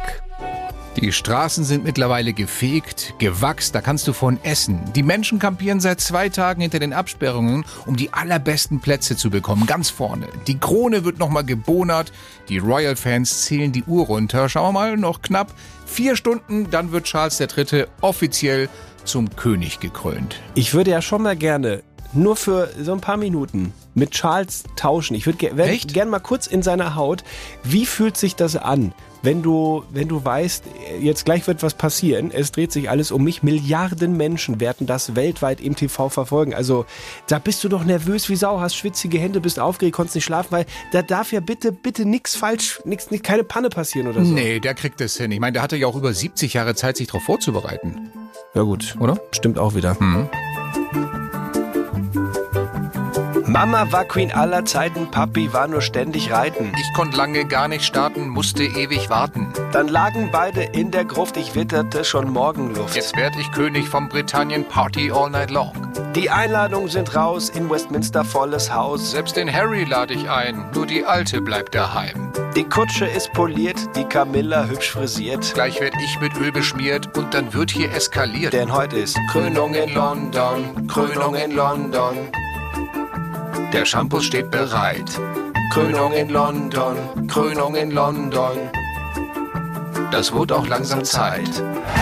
[SPEAKER 3] Die Straßen sind mittlerweile gefegt, gewachst, da kannst du von essen. Die Menschen kampieren seit zwei Tagen hinter den Absperrungen, um die allerbesten Plätze zu bekommen, ganz vorne. Die Krone wird nochmal gebonert, die Royal-Fans zählen die Uhr runter. Schauen wir mal, noch knapp vier Stunden, dann wird Charles III. offiziell zum König gekrönt.
[SPEAKER 2] Ich würde ja schon mal gerne nur für so ein paar Minuten mit Charles tauschen. Ich würde ge wär-
[SPEAKER 3] Echt?
[SPEAKER 2] gern mal kurz in seiner Haut. Wie fühlt sich das an, wenn du, wenn du weißt, jetzt gleich wird was passieren? Es dreht sich alles um mich. Milliarden Menschen werden das weltweit im TV verfolgen. Also da bist du doch nervös wie Sau, hast schwitzige Hände, bist aufgeregt, konntest nicht schlafen, weil da darf ja bitte, bitte nichts falsch, nix, nix, keine Panne passieren oder so.
[SPEAKER 3] Nee, der kriegt das hin. Ich meine, der hatte ja auch über 70 Jahre Zeit, sich darauf vorzubereiten,
[SPEAKER 2] Ja gut,
[SPEAKER 3] oder?
[SPEAKER 2] Stimmt auch wieder. Mama war Queen aller Zeiten, Papi war nur ständig reiten.
[SPEAKER 3] Ich konnte lange gar nicht starten, musste ewig warten.
[SPEAKER 2] Dann lagen beide in der Gruft, ich witterte schon Morgenluft.
[SPEAKER 3] Jetzt werd ich König von Britannien, Party all night long.
[SPEAKER 2] Die Einladungen sind raus, in Westminster volles Haus.
[SPEAKER 3] Selbst den Harry lade ich ein, nur die Alte bleibt daheim.
[SPEAKER 2] Die Kutsche ist poliert, die Camilla hübsch frisiert.
[SPEAKER 3] Gleich werd ich mit Öl beschmiert und dann wird hier eskaliert.
[SPEAKER 2] Denn heute ist
[SPEAKER 3] Krönung in London, Krönung in London. Der Shampoo steht bereit. Krönung in London, Krönung in London. Das wird auch langsam Zeit.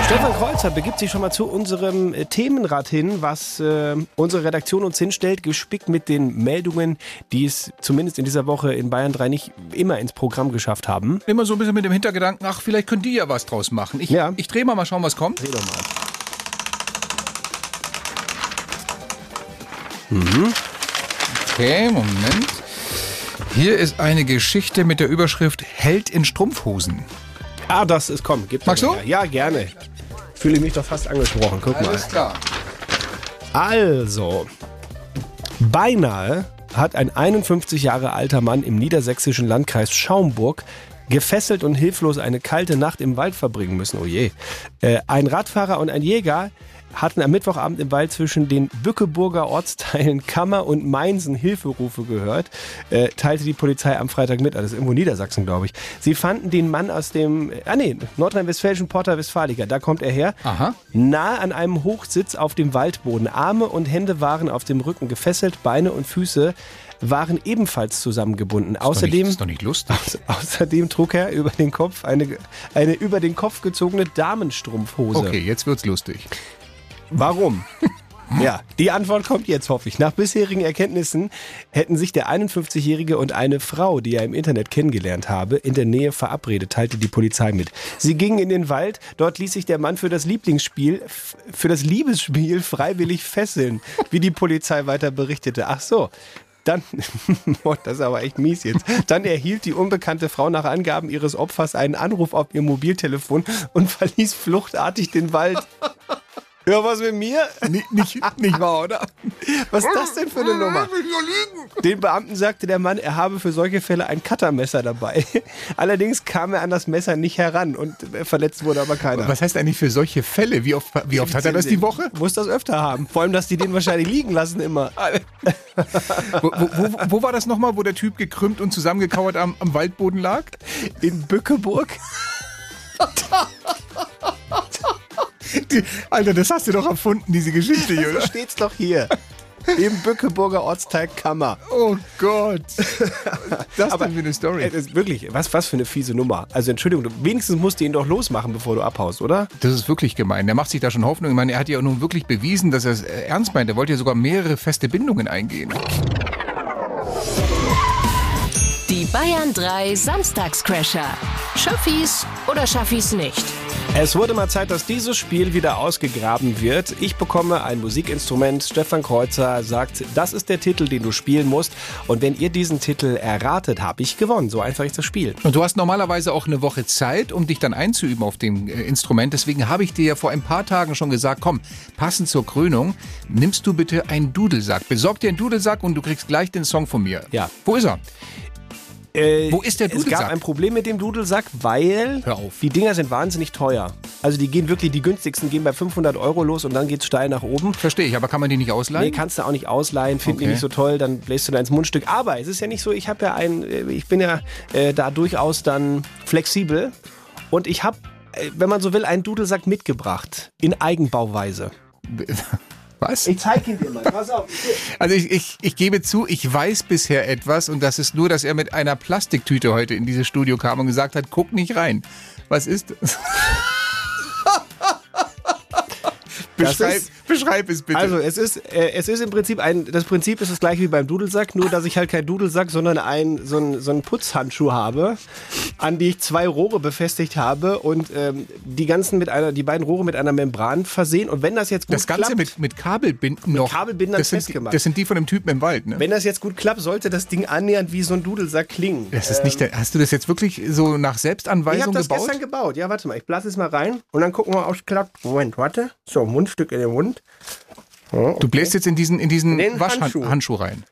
[SPEAKER 2] Stefan Kreuzer begibt sich schon mal zu unserem äh, Themenrad hin, was äh, unsere Redaktion uns hinstellt, gespickt mit den Meldungen, die es zumindest in dieser Woche in Bayern 3 nicht immer ins Programm geschafft haben.
[SPEAKER 3] Immer so ein bisschen mit dem Hintergedanken, ach, vielleicht können die ja was draus machen. Ich,
[SPEAKER 2] Ja.
[SPEAKER 3] ich dreh mal, mal schauen, was kommt.
[SPEAKER 2] Dreh doch mal. Mhm.
[SPEAKER 3] Mhm. Okay, Moment. Hier ist eine Geschichte mit der Überschrift Held in Strumpfhosen.
[SPEAKER 2] Ah, das ist, komm, gib
[SPEAKER 3] Magst
[SPEAKER 2] mir
[SPEAKER 3] du?
[SPEAKER 2] mal her. Ja, gerne. Fühle mich doch fast angesprochen, guck mal.
[SPEAKER 3] klar.
[SPEAKER 2] Also, beinahe hat ein 51 Jahre alter Mann im niedersächsischen Landkreis Schaumburg gefesselt und hilflos eine kalte Nacht im Wald verbringen müssen. Oh je. Äh, ein Radfahrer und ein Jäger hatten am Mittwochabend im Wald zwischen den Bückeburger Ortsteilen Kammer und Mainzen Hilferufe gehört, äh, teilte die Polizei am Freitag mit. Also das ist irgendwo Niedersachsen, glaube ich. Sie fanden den Mann aus dem, ah nee, nordrhein-westfälischen Porta Westfalica, da kommt er her,
[SPEAKER 3] Aha.
[SPEAKER 2] nahe an einem Hochsitz auf dem Waldboden. Arme und Hände waren auf dem Rücken gefesselt, Beine und Füße waren ebenfalls zusammengebunden.
[SPEAKER 3] Außerdem.
[SPEAKER 2] Außerdem
[SPEAKER 3] Ist doch nicht lustig.
[SPEAKER 2] Außerdem trug er über den Kopf eine, eine über den Kopf gezogene Damenstrumpfhose.
[SPEAKER 3] Okay, jetzt wird's lustig.
[SPEAKER 2] Warum? Ja, die Antwort kommt jetzt, hoffe ich. Nach bisherigen Erkenntnissen hätten sich der 51-Jährige und eine Frau, die er im Internet kennengelernt habe, in der Nähe verabredet, teilte die Polizei mit. Sie gingen in den Wald, dort ließ sich der Mann für das Lieblingsspiel, f- für das Liebesspiel freiwillig fesseln, wie die Polizei weiter berichtete. Ach so. Dann, Boah, das ist aber echt mies jetzt. Dann erhielt die unbekannte Frau nach Angaben ihres Opfers einen Anruf auf ihr Mobiltelefon und verließ fluchtartig den Wald. Ja, was mit mir?
[SPEAKER 3] Nicht, nicht, nicht wahr, oder?
[SPEAKER 2] Was ist das denn für eine Nummer? Den Beamten sagte der Mann, er habe für solche Fälle ein Cuttermesser dabei. Allerdings kam er an das Messer nicht heran und äh, verletzt wurde aber keiner.
[SPEAKER 3] Was heißt eigentlich für solche Fälle? Wie oft, wie oft hat er das die Woche?
[SPEAKER 2] Muss das öfter haben. Vor allem, dass die den wahrscheinlich liegen lassen immer.
[SPEAKER 3] Wo, wo, wo, wo war das nochmal, wo der Typ gekrümmt und zusammengekauert am, am Waldboden lag?
[SPEAKER 2] In Bückeburg.
[SPEAKER 3] Die, Alter, das hast du doch erfunden, diese Geschichte, hier,
[SPEAKER 2] So
[SPEAKER 3] oder?
[SPEAKER 2] steht's doch hier. Im Bückeburger Ortsteil Kammer.
[SPEAKER 3] Oh Gott. äh, Das ist eine Story.
[SPEAKER 2] Ey, das ist wirklich, was, was für eine fiese Nummer. Also Entschuldigung, du, wenigstens musst du ihn doch losmachen, bevor du abhaust, oder?
[SPEAKER 3] Das ist wirklich gemein. Der macht sich da schon Hoffnung. Ich meine, er hat ja nun wirklich bewiesen, dass er es äh, ernst meint. Er wollte ja sogar mehrere feste Bindungen eingehen.
[SPEAKER 4] Die Bayern 3 Samstagscrasher. Schaffis oder Schaffis nicht?
[SPEAKER 2] Es wurde mal Zeit, dass dieses Spiel wieder ausgegraben wird. Ich bekomme ein Musikinstrument. Stefan Kreuzer sagt, das ist der Titel, den du spielen musst. Und wenn ihr diesen Titel erratet, habe ich gewonnen. So einfach ist das Spiel.
[SPEAKER 3] Und du hast normalerweise auch eine Woche Zeit, um dich dann einzuüben auf dem äh, Instrument. Deswegen habe ich dir ja vor ein paar Tagen schon gesagt, komm, passend zur Krönung, nimmst du bitte einen Dudelsack. Besorg dir einen Dudelsack und du kriegst gleich den Song von mir.
[SPEAKER 2] Ja.
[SPEAKER 3] Wo ist er?
[SPEAKER 2] Äh,
[SPEAKER 3] Wo ist der
[SPEAKER 2] es gab
[SPEAKER 3] Dudelsack?
[SPEAKER 2] ein Problem mit dem Dudelsack, weil
[SPEAKER 3] Hör auf.
[SPEAKER 2] die Dinger sind wahnsinnig teuer. Also die gehen wirklich, die günstigsten gehen bei 500 Euro los und dann geht's steil nach oben.
[SPEAKER 3] Verstehe ich, aber kann man den nicht
[SPEAKER 2] Nee,
[SPEAKER 3] ausleihen?
[SPEAKER 2] kannst du auch nicht ausleihen, finden die
[SPEAKER 3] Okay.
[SPEAKER 2] nicht so toll, dann bläst du da ins Mundstück. Aber es ist ja nicht so, ich habe ja ein, äh, ich bin ja äh, da durchaus dann flexibel und ich habe, äh, wenn man so will, einen Dudelsack mitgebracht in Eigenbauweise.
[SPEAKER 3] Was?
[SPEAKER 2] zeige ihn dir mal. Pass auf.
[SPEAKER 3] also ich, ich, ich gebe zu, ich weiß bisher etwas und das ist nur, dass er mit einer Plastiktüte heute in dieses Studio kam und gesagt hat, guck nicht rein. Was ist das? beschreib,
[SPEAKER 2] ist-
[SPEAKER 3] beschreib es bitte.
[SPEAKER 2] Also es ist, äh, es ist im Prinzip ein, das Prinzip ist das gleiche wie beim Dudelsack, nur dass ich halt kein Dudelsack, sondern ein, so einen so einen Putzhandschuh habe, an die ich zwei Rohre befestigt habe und ähm, die ganzen mit einer, die beiden Rohre mit einer Membran versehen. Und wenn das jetzt gut
[SPEAKER 3] Das Ganze
[SPEAKER 2] klappt,
[SPEAKER 3] mit, mit Kabelbinden noch.
[SPEAKER 2] Kabelbindern
[SPEAKER 3] das sind,
[SPEAKER 2] festgemacht.
[SPEAKER 3] Das sind die von dem Typen im Wald, ne?
[SPEAKER 2] Wenn das jetzt gut klappt, sollte das Ding annähernd wie so ein Dudelsack klingen.
[SPEAKER 3] das ist nicht der, hast du das jetzt wirklich so nach
[SPEAKER 2] Ähm, Ich
[SPEAKER 3] Selbstanweisung
[SPEAKER 2] habe das
[SPEAKER 3] gebaut?
[SPEAKER 2] gestern gebaut. Ja, warte mal, ich blase es mal rein und dann gucken wir, ob es klappt. Moment, warte. So, Mundstück in den Mund.
[SPEAKER 3] Du bläst jetzt in diesen, in diesen
[SPEAKER 2] den Handschuh. Ne?
[SPEAKER 3] Waschhandschuh Handschuh rein.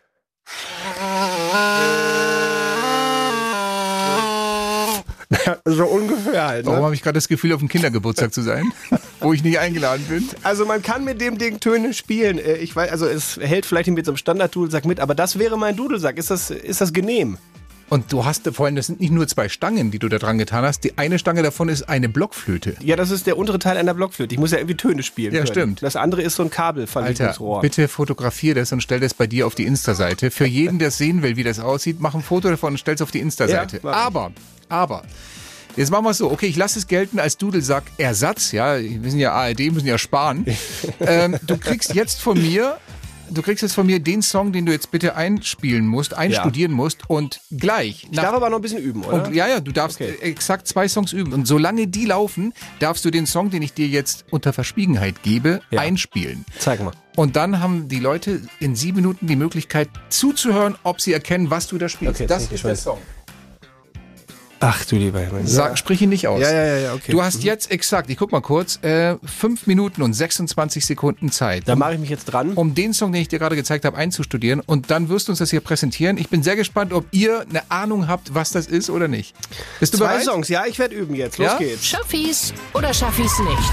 [SPEAKER 2] So ungefähr halt.
[SPEAKER 3] Warum
[SPEAKER 2] Ne?
[SPEAKER 3] habe ich gerade das Gefühl, auf dem Kindergeburtstag zu sein, wo ich nicht eingeladen bin?
[SPEAKER 2] Also man kann mit dem Ding Töne spielen. Äh, Ich weiß, also es hält vielleicht mit so einem Standard-Dudelsack mit, aber das wäre mein Dudelsack. Ist das, ist das genehm?
[SPEAKER 3] Und du hast vor allem, das sind nicht nur zwei Stangen, die du da dran getan hast. Die eine Stange davon ist eine Blockflöte.
[SPEAKER 2] Ja, das ist der untere Teil einer Blockflöte. Ich muss ja irgendwie Töne spielen.
[SPEAKER 3] Ja,
[SPEAKER 2] können.
[SPEAKER 3] stimmt.
[SPEAKER 2] Das andere ist so ein
[SPEAKER 3] Alter,
[SPEAKER 2] Kabelverlegungsrohr.
[SPEAKER 3] bitte fotografier das und stell das bei dir auf die Insta-Seite. Für jeden, der es sehen will, wie das aussieht, mach ein Foto davon und stell's auf die Insta-Seite.
[SPEAKER 2] Ja, mach ich.
[SPEAKER 3] aber, aber. Jetzt machen wir es so, okay, ich lasse es gelten als Dudelsack-Ersatz, ja, wir sind ja ARD, müssen ja sparen. ähm, du kriegst jetzt von mir, du kriegst jetzt von mir den Song, den du jetzt bitte einspielen musst, einstudieren musst und gleich,
[SPEAKER 2] Ich darf aber noch ein bisschen üben, oder?
[SPEAKER 3] und, ja, ja, du darfst äh,
[SPEAKER 2] Okay.
[SPEAKER 3] exakt zwei Songs üben. Und solange die laufen, darfst du den Song, den ich dir jetzt unter Verschwiegenheit gebe,
[SPEAKER 2] Ja.
[SPEAKER 3] einspielen.
[SPEAKER 2] Zeig mal.
[SPEAKER 3] Und dann haben die Leute in sieben Minuten die Möglichkeit zuzuhören, ob sie erkennen, was du da spielst.
[SPEAKER 2] Okay, jetzt
[SPEAKER 3] das
[SPEAKER 2] bin ich
[SPEAKER 3] ist der
[SPEAKER 2] gespannt.
[SPEAKER 3] Song.
[SPEAKER 2] Ach du lieber Himmel.
[SPEAKER 3] Sag, sprich ihn nicht aus.
[SPEAKER 2] Ja, ja, ja, ja, okay. Mhm.
[SPEAKER 3] Du hast jetzt exakt, ich guck mal kurz, äh, 5 Minuten und 26 Sekunden Zeit,
[SPEAKER 2] Da mache ich mich jetzt dran.
[SPEAKER 3] um den Song, den ich dir gerade gezeigt habe, einzustudieren. Und dann wirst du uns das hier präsentieren. Ich bin sehr gespannt, ob ihr eine Ahnung habt, was das ist oder nicht. Bist du
[SPEAKER 2] Zwei
[SPEAKER 3] bereit?
[SPEAKER 2] Songs, ja, ich werde üben jetzt. Los
[SPEAKER 3] Ja?
[SPEAKER 2] geht's.
[SPEAKER 4] Schaff ich's oder schaff ich's nicht?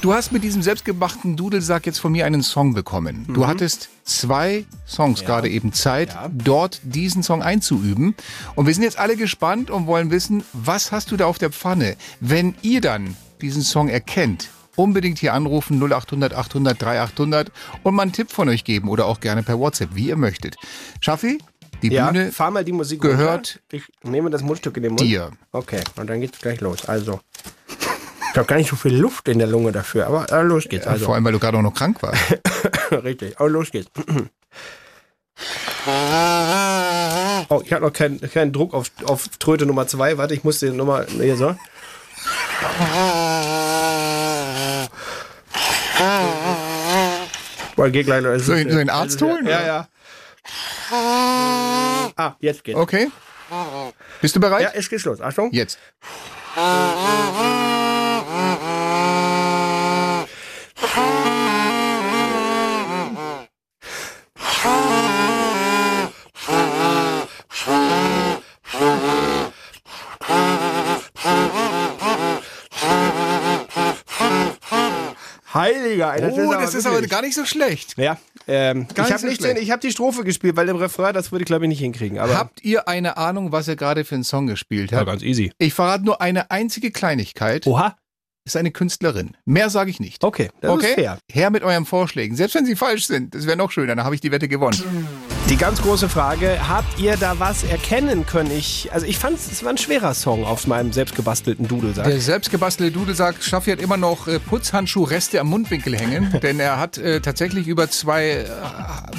[SPEAKER 3] Du hast mit diesem selbstgemachten Dudelsack jetzt von mir einen Song bekommen.
[SPEAKER 2] Mhm.
[SPEAKER 3] Du hattest zwei Songs gerade eben Zeit, dort diesen Song einzuüben. Und wir sind jetzt alle gespannt und wollen wissen, was hast du da auf der Pfanne? Wenn ihr dann diesen Song erkennt, unbedingt hier anrufen 0800 800 3800 und mal einen Tipp von euch geben oder auch gerne per WhatsApp, wie ihr möchtet. Schaffi, die
[SPEAKER 2] Ja,
[SPEAKER 3] Bühne
[SPEAKER 2] fahr mal die Musik
[SPEAKER 3] gehört
[SPEAKER 2] runter. Ich nehme das Mundstück in den Mund.
[SPEAKER 3] dir.
[SPEAKER 2] Okay, und dann geht's gleich los. Also, ich habe gar nicht so viel Luft in der Lunge dafür, aber äh, los geht's. Also,
[SPEAKER 3] Vor allem, weil du gerade auch noch krank warst.
[SPEAKER 2] richtig. Oh, los geht's. Oh, ich habe noch keinen, keinen Druck auf, auf Tröte Nummer 2. Warte, ich muss den Nummer. Hier so. Boah, geh gleich los.
[SPEAKER 3] Soll ich soll ich einen Arzt holen?
[SPEAKER 2] Ja,
[SPEAKER 3] oder?
[SPEAKER 2] ja. Ah, jetzt geht's.
[SPEAKER 3] Okay. Bist du bereit?
[SPEAKER 2] Ja, es geht's los. Achtung.
[SPEAKER 3] Jetzt.
[SPEAKER 2] Heiliger, Alter.
[SPEAKER 3] Oh, das ist aber
[SPEAKER 2] wirklich-
[SPEAKER 3] gar nicht so schlecht.
[SPEAKER 2] Ja, ähm, ich
[SPEAKER 3] Gar nicht
[SPEAKER 2] habe
[SPEAKER 3] so
[SPEAKER 2] nicht
[SPEAKER 3] schlecht.
[SPEAKER 2] den, ich hab die Strophe gespielt, weil im Refrain, das würde ich glaube ich nicht hinkriegen. Aber
[SPEAKER 3] Habt ihr eine Ahnung, was er gerade für einen Song gespielt hat?
[SPEAKER 2] easy.
[SPEAKER 3] ich verrate nur eine einzige Kleinigkeit.
[SPEAKER 2] Oha,
[SPEAKER 3] Ist eine Künstlerin. Mehr sage ich nicht.
[SPEAKER 2] okay, Oh, das ist fair.
[SPEAKER 3] Her mit euren Vorschlägen. Selbst wenn sie falsch sind, das wäre noch schöner. Dann habe ich die Wette gewonnen.
[SPEAKER 2] Die ganz große Frage, habt ihr da was erkennen können? Ich, also ich fand es war ein schwerer Song auf meinem selbstgebastelten Dudelsack.
[SPEAKER 3] Der selbstgebastelte Dudel sagt, Schaffi hat immer noch äh, Putzhandschuhreste am Mundwinkel hängen, denn er hat äh, tatsächlich über zwei, äh,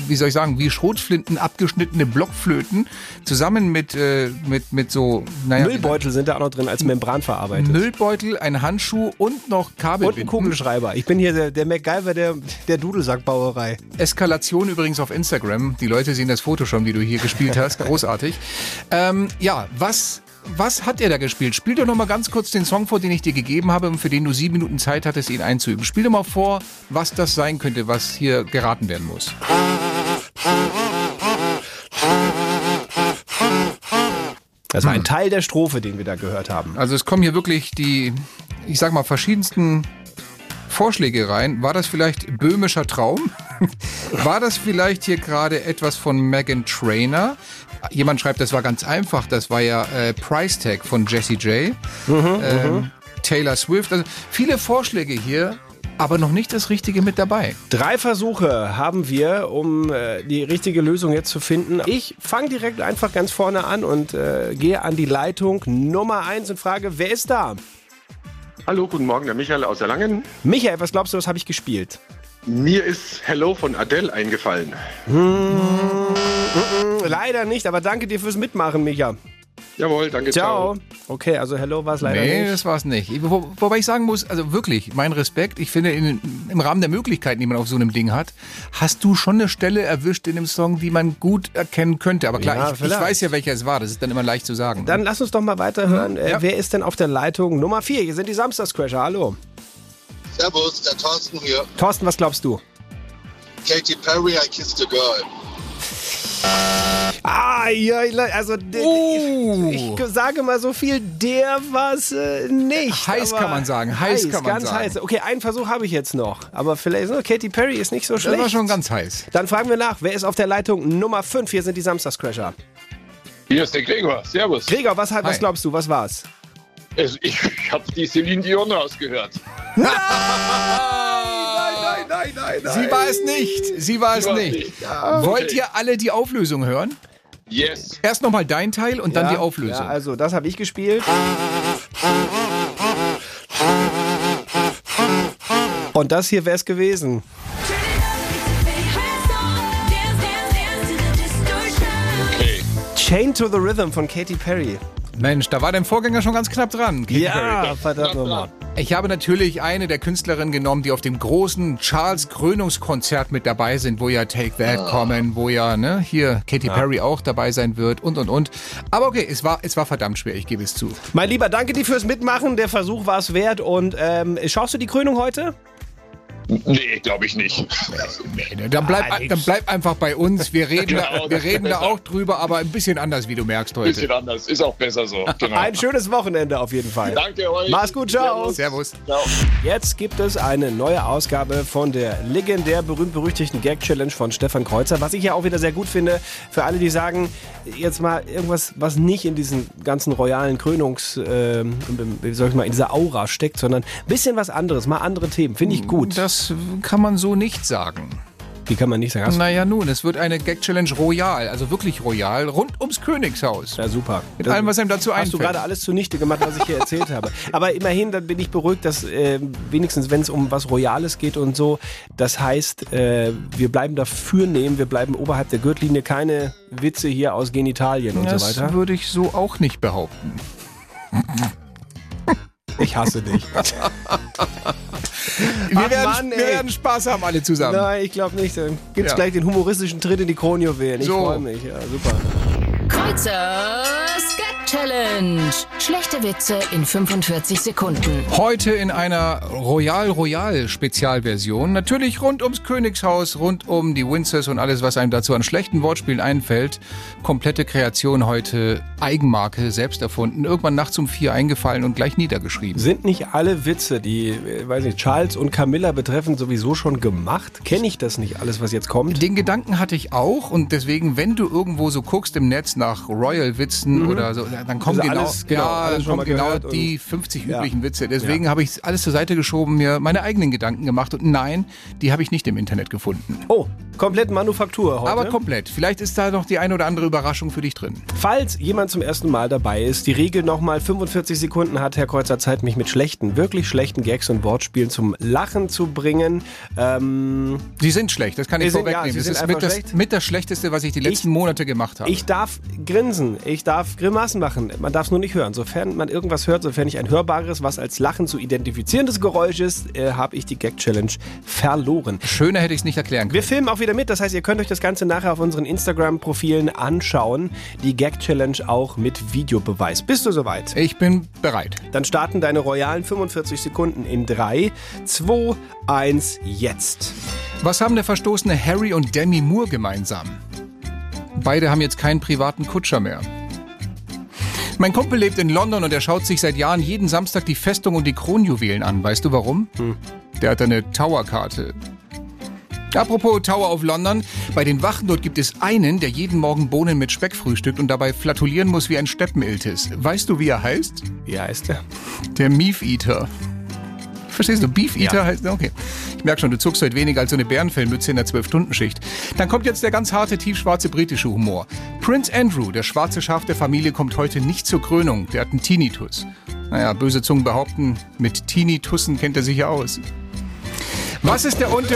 [SPEAKER 3] wie soll ich sagen, wie Schrotflinten abgeschnittene Blockflöten zusammen mit, äh, mit, mit so, naja,
[SPEAKER 2] Müllbeutel sind da auch noch drin als Membran verarbeitet.
[SPEAKER 3] Müllbeutel, ein Handschuh und noch
[SPEAKER 2] Und ein
[SPEAKER 3] Kabelbinden.
[SPEAKER 2] Kugelschreiber. Ich bin hier der, der MacGyver der, der Dudelsackbauerei.
[SPEAKER 3] Eskalation übrigens auf Instagram. Die Leute sehen das Foto schon, wie du hier gespielt hast. Großartig. ähm, ja, was, was hat er da gespielt? Spiel doch nochmal ganz kurz den Song vor, den ich dir gegeben habe und für den du sieben Minuten Zeit hattest, ihn einzuüben. Spiel doch mal vor, was das sein könnte, was hier geraten werden muss.
[SPEAKER 2] Das war ein Teil der Strophe, den wir da gehört haben.
[SPEAKER 3] Also es kommen hier wirklich die, ich sag mal, verschiedensten Vorschläge rein. War das vielleicht böhmischer Traum? War das vielleicht hier gerade etwas von Megan Trainer? Jemand schreibt, das war ganz einfach. Das war ja äh, Price Tag von Jesse J. ähm, Taylor Swift. Also viele Vorschläge hier, aber noch nicht das Richtige mit dabei.
[SPEAKER 2] Drei Versuche haben wir, um äh, die richtige Lösung jetzt zu finden. Ich fange direkt einfach ganz vorne an und äh, gehe an die Leitung Nummer eins und frage, wer ist da?
[SPEAKER 5] Hallo, guten Morgen, der Michael aus Erlangen.
[SPEAKER 2] Michael, was glaubst du, was habe ich gespielt?
[SPEAKER 5] Mir ist Hello von Adele eingefallen.
[SPEAKER 2] Leider nicht, aber danke dir fürs Mitmachen, Micha.
[SPEAKER 5] Jawohl, danke.
[SPEAKER 2] Ciao. Okay, also hello war es leider
[SPEAKER 3] Nee,
[SPEAKER 2] nicht.
[SPEAKER 3] das war es nicht. Ich- Wo, wobei ich sagen muss, also wirklich, mein Respekt, ich finde, in, im Rahmen der Möglichkeiten, die man auf so einem Ding hat, hast du schon eine Stelle erwischt in dem Song, die man gut erkennen könnte. Aber klar,
[SPEAKER 2] Ja,
[SPEAKER 3] ich, ich
[SPEAKER 2] vielleicht.
[SPEAKER 3] weiß ja, welcher es war. Das ist dann immer leicht zu sagen.
[SPEAKER 2] Dann lass uns doch mal weiterhören. Äh,
[SPEAKER 3] Mhm, Ja.
[SPEAKER 2] Wer ist denn auf der Leitung Nummer vier? Hier sind die Samstagscrasher. Hallo.
[SPEAKER 6] Servus, der Thorsten hier.
[SPEAKER 2] Thorsten, was glaubst du?
[SPEAKER 6] Katy Perry, I kissed a girl.
[SPEAKER 2] Ah, ja, le- also d-
[SPEAKER 3] Oh.
[SPEAKER 2] ich, ich sage mal so viel, der war es äh, nicht.
[SPEAKER 3] Heiß
[SPEAKER 2] aber
[SPEAKER 3] kann man sagen, heiß kann man
[SPEAKER 2] ganz
[SPEAKER 3] sagen.
[SPEAKER 2] heiß. Okay, einen Versuch habe ich jetzt noch. Aber vielleicht, ne, Katy Perry ist nicht so
[SPEAKER 3] das
[SPEAKER 2] schlecht.
[SPEAKER 3] war schon ganz heiß.
[SPEAKER 2] Dann fragen wir nach, wer ist auf der Leitung Nummer fünf? Hier sind die Samstagscrasher.
[SPEAKER 7] Hier ist der Gregor. Servus.
[SPEAKER 2] Gregor, was, was
[SPEAKER 3] Hi.
[SPEAKER 2] glaubst du, was war's?
[SPEAKER 7] Also ich ich habe die Celine Dion rausgehört.
[SPEAKER 2] Nein, nein, nein,
[SPEAKER 3] Sie war es nicht. Sie war es
[SPEAKER 7] war
[SPEAKER 3] nicht. Ah,
[SPEAKER 7] nicht.
[SPEAKER 3] Wollt ihr alle die Auflösung hören?
[SPEAKER 7] Yes.
[SPEAKER 3] Erst nochmal dein Teil und dann
[SPEAKER 2] Ja,
[SPEAKER 3] die Auflösung.
[SPEAKER 2] Ja, also das habe ich gespielt. Und das hier wäre es gewesen.
[SPEAKER 7] Okay.
[SPEAKER 2] Chain to the Rhythm von Katy Perry.
[SPEAKER 3] Mensch, da war dein Vorgänger schon ganz knapp dran. Katy Perry.
[SPEAKER 2] Ja, verdammt nochmal.
[SPEAKER 3] Ich habe natürlich eine der Künstlerinnen genommen, die auf dem großen Charles Krönungskonzert mit dabei sind, wo ja Take That
[SPEAKER 7] Ah.
[SPEAKER 3] kommen, wo ja ne, hier Katy Perry auch dabei sein wird und und und. Aber okay, es war, es war verdammt schwer, ich gebe es zu.
[SPEAKER 2] Mein Lieber, danke dir fürs Mitmachen. Der Versuch war es wert. Und ähm, schaust du die Krönung heute?
[SPEAKER 7] Nee, glaube ich nicht.
[SPEAKER 3] Äh, Dann bleib,
[SPEAKER 2] Ah, nix.
[SPEAKER 3] dann bleib einfach bei uns. Wir reden,
[SPEAKER 7] Genau,
[SPEAKER 3] da, wir
[SPEAKER 7] das
[SPEAKER 3] reden da
[SPEAKER 7] ist besser.
[SPEAKER 3] auch drüber, aber ein bisschen anders, wie du merkst heute.
[SPEAKER 7] Bisschen anders, ist auch besser so. Genau.
[SPEAKER 2] Ein schönes Wochenende auf jeden Fall.
[SPEAKER 7] Danke euch.
[SPEAKER 2] Mach's gut, ciao.
[SPEAKER 3] Servus.
[SPEAKER 7] Ciao.
[SPEAKER 2] Jetzt gibt es eine neue Ausgabe von der legendär berühmt-berüchtigten Gag-Challenge von Stefan Kreuzer, was ich ja auch wieder sehr gut finde für alle, die sagen, jetzt mal irgendwas, was nicht in diesen ganzen royalen Krönungs, ähm, wie soll ich mal, in dieser Aura steckt, sondern ein bisschen was anderes, mal andere Themen, finde ich gut.
[SPEAKER 3] Das kann man so nicht sagen.
[SPEAKER 2] Die kann man nicht sagen. Hast du-
[SPEAKER 3] Naja, nun, es wird eine Gag-Challenge royal, also wirklich royal, rund ums Königshaus.
[SPEAKER 2] Ja, super.
[SPEAKER 3] Mit allem, was einem dazu
[SPEAKER 2] Hast du
[SPEAKER 3] einfällt.
[SPEAKER 2] gerade alles zunichte gemacht, was ich hier erzählt habe. Aber immerhin, dann bin ich beruhigt, dass äh, wenigstens, wenn es um was Royales geht und so, das heißt, äh, wir bleiben dafür nehmen, wir bleiben oberhalb der Gürtellinie, keine Witze hier aus Genitalien und so
[SPEAKER 3] Das
[SPEAKER 2] weiter.
[SPEAKER 3] würde ich so auch nicht behaupten.
[SPEAKER 2] Ich hasse dich.
[SPEAKER 3] Wir, werden,
[SPEAKER 2] Mann,
[SPEAKER 3] wir
[SPEAKER 2] ey.
[SPEAKER 3] werden Spaß haben, alle zusammen.
[SPEAKER 2] Nein, ich glaube nicht. Dann gibt's
[SPEAKER 3] Ja.
[SPEAKER 2] gleich den humoristischen Tritt in die Kronjuwelen. Ich
[SPEAKER 3] So.
[SPEAKER 2] freue mich. Ja, super.
[SPEAKER 4] Kreuzers Gag Challenge. Schlechte Witze in 45 Sekunden.
[SPEAKER 3] Heute in einer Royal Royal Spezialversion. Natürlich rund ums Königshaus, rund um die Windsors und alles, was einem dazu an schlechten Wortspielen einfällt. Komplette Kreation heute, Eigenmarke, selbst erfunden. Irgendwann nachts um vier eingefallen und gleich niedergeschrieben.
[SPEAKER 2] Sind nicht alle Witze, die, äh, weiß nicht, Charles und Camilla betreffen, sowieso schon gemacht? Kenne ich das nicht alles, was jetzt kommt?
[SPEAKER 3] Den Gedanken hatte ich auch und deswegen, wenn du irgendwo so guckst im Netz nach Royal Witzen oder so, dann
[SPEAKER 2] Mhm.
[SPEAKER 3] kommen
[SPEAKER 2] Also
[SPEAKER 3] genau,
[SPEAKER 2] alles- genau,
[SPEAKER 3] ja,
[SPEAKER 2] alles
[SPEAKER 3] dann
[SPEAKER 2] schon mal
[SPEAKER 3] kommen genau
[SPEAKER 2] gehört und-
[SPEAKER 3] die 50
[SPEAKER 2] Ja.
[SPEAKER 3] üblichen Witze. Deswegen habe ich alles zur Seite geschoben, mir meine eigenen Gedanken gemacht und nein, die habe ich nicht im Internet gefunden.
[SPEAKER 2] Oh, komplett Manufaktur heute.
[SPEAKER 3] Aber komplett. Vielleicht ist da noch die eine oder andere Überraschung für dich drin.
[SPEAKER 2] Falls jemand zum ersten Mal dabei ist, die Regel nochmal 45 Sekunden hat Herr Kreuzer Zeit, mich mit schlechten, wirklich schlechten Gags und Wortspielen zum Lachen zu bringen. Ähm,
[SPEAKER 3] Sie sind schlecht, das kann ich
[SPEAKER 2] Sie sind- ja,
[SPEAKER 3] vorwegnehmen.
[SPEAKER 2] sie
[SPEAKER 3] das
[SPEAKER 2] sind
[SPEAKER 3] ist mit
[SPEAKER 2] einfach
[SPEAKER 3] das,
[SPEAKER 2] schlecht.
[SPEAKER 3] mit das Schlechteste, was ich die letzten Monate gemacht habe.
[SPEAKER 2] ich darf grinsen, ich darf Grimassen machen, man darf es nur nicht hören. Sofern man irgendwas hört, sofern ich ein hörbares, was als Lachen zu identifizierendes Geräusch ist, äh, habe ich die Gag-Challenge verloren.
[SPEAKER 3] Schöner hätte ich es nicht erklären können.
[SPEAKER 2] Wir filmen auch wieder mit, das heißt, ihr könnt euch das Ganze nachher auf unseren Instagram-Profilen anschauen. Die Gag-Challenge auch mit Videobeweis. Bist du soweit?
[SPEAKER 3] Ich bin bereit.
[SPEAKER 2] Dann starten deine royalen 45 Sekunden in 3, 2, 1, jetzt.
[SPEAKER 3] Was haben der verstoßene Harry und Demi Moore gemeinsam? Beide haben jetzt keinen privaten Kutscher mehr. Mein Kumpel lebt in London und er schaut sich seit Jahren jeden Samstag die Festung und die Kronjuwelen an. Weißt du warum? Der hat eine Towerkarte. Apropos Tower of London, bei den Wachen dort gibt es einen, der jeden Morgen Bohnen mit Speck frühstückt und dabei flatulieren muss wie ein Steppeniltis. Weißt du, wie er heißt?
[SPEAKER 2] Wie heißt der?
[SPEAKER 3] Der Meat Eater. Verstehst du? Beef Eater heißt. Okay. Ich merke schon, du zuckst heute weniger als so eine Bärenfellmütze in der 12-Stunden-Schicht. Dann kommt jetzt der ganz harte, tiefschwarze britische Humor. Prince Andrew, der schwarze Schaf der Familie, kommt heute nicht zur Krönung. Der hat einen Tinnitus. Naja, böse Zungen behaupten, mit Tinnitussen kennt er sich ja aus. Was ist der Unter.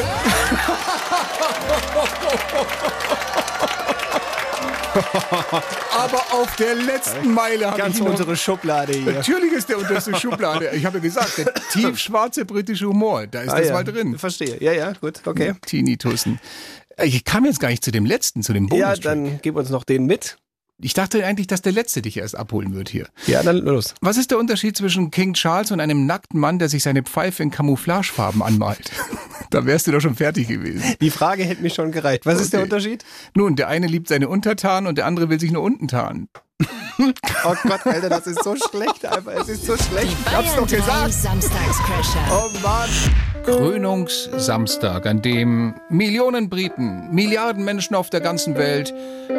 [SPEAKER 3] Aber auf der letzten Meile habe ich ihn noch-
[SPEAKER 2] Schublade hier.
[SPEAKER 3] Natürlich ist der unterste Schublade. Ich habe ja gesagt, der tiefschwarze britische Humor, da ist das
[SPEAKER 2] Ah, ja.
[SPEAKER 3] mal drin. Hm.
[SPEAKER 2] Verstehe. Ja, ja, gut, okay.
[SPEAKER 3] Tinnitussen. Ich kam jetzt gar nicht zu dem letzten, zu dem
[SPEAKER 2] ja,
[SPEAKER 3] Bonus.
[SPEAKER 2] dann gib uns noch den mit.
[SPEAKER 3] ich dachte eigentlich, dass der letzte dich erst abholen wird hier.
[SPEAKER 2] Ja, dann los.
[SPEAKER 3] Was ist der Unterschied zwischen King Charles und einem nackten Mann, der sich seine Pfeife in Camouflagefarben anmalt? da wärst du doch schon fertig gewesen.
[SPEAKER 2] Die Frage hätte mich schon gereicht. Was ist der
[SPEAKER 3] Okay.
[SPEAKER 2] Unterschied?
[SPEAKER 3] Nun, der eine liebt seine Untertanen und der andere will sich nur unten tarnen.
[SPEAKER 2] Oh Gott, Alter, das ist so schlecht einfach. Es ist so schlecht. Ich hab's
[SPEAKER 4] Bayern
[SPEAKER 2] doch
[SPEAKER 4] 3
[SPEAKER 2] gesagt.
[SPEAKER 4] Samstagscrasher.
[SPEAKER 2] Oh Mann.
[SPEAKER 3] Krönungssamstag, an dem Millionen Briten, Milliarden Menschen auf der ganzen Welt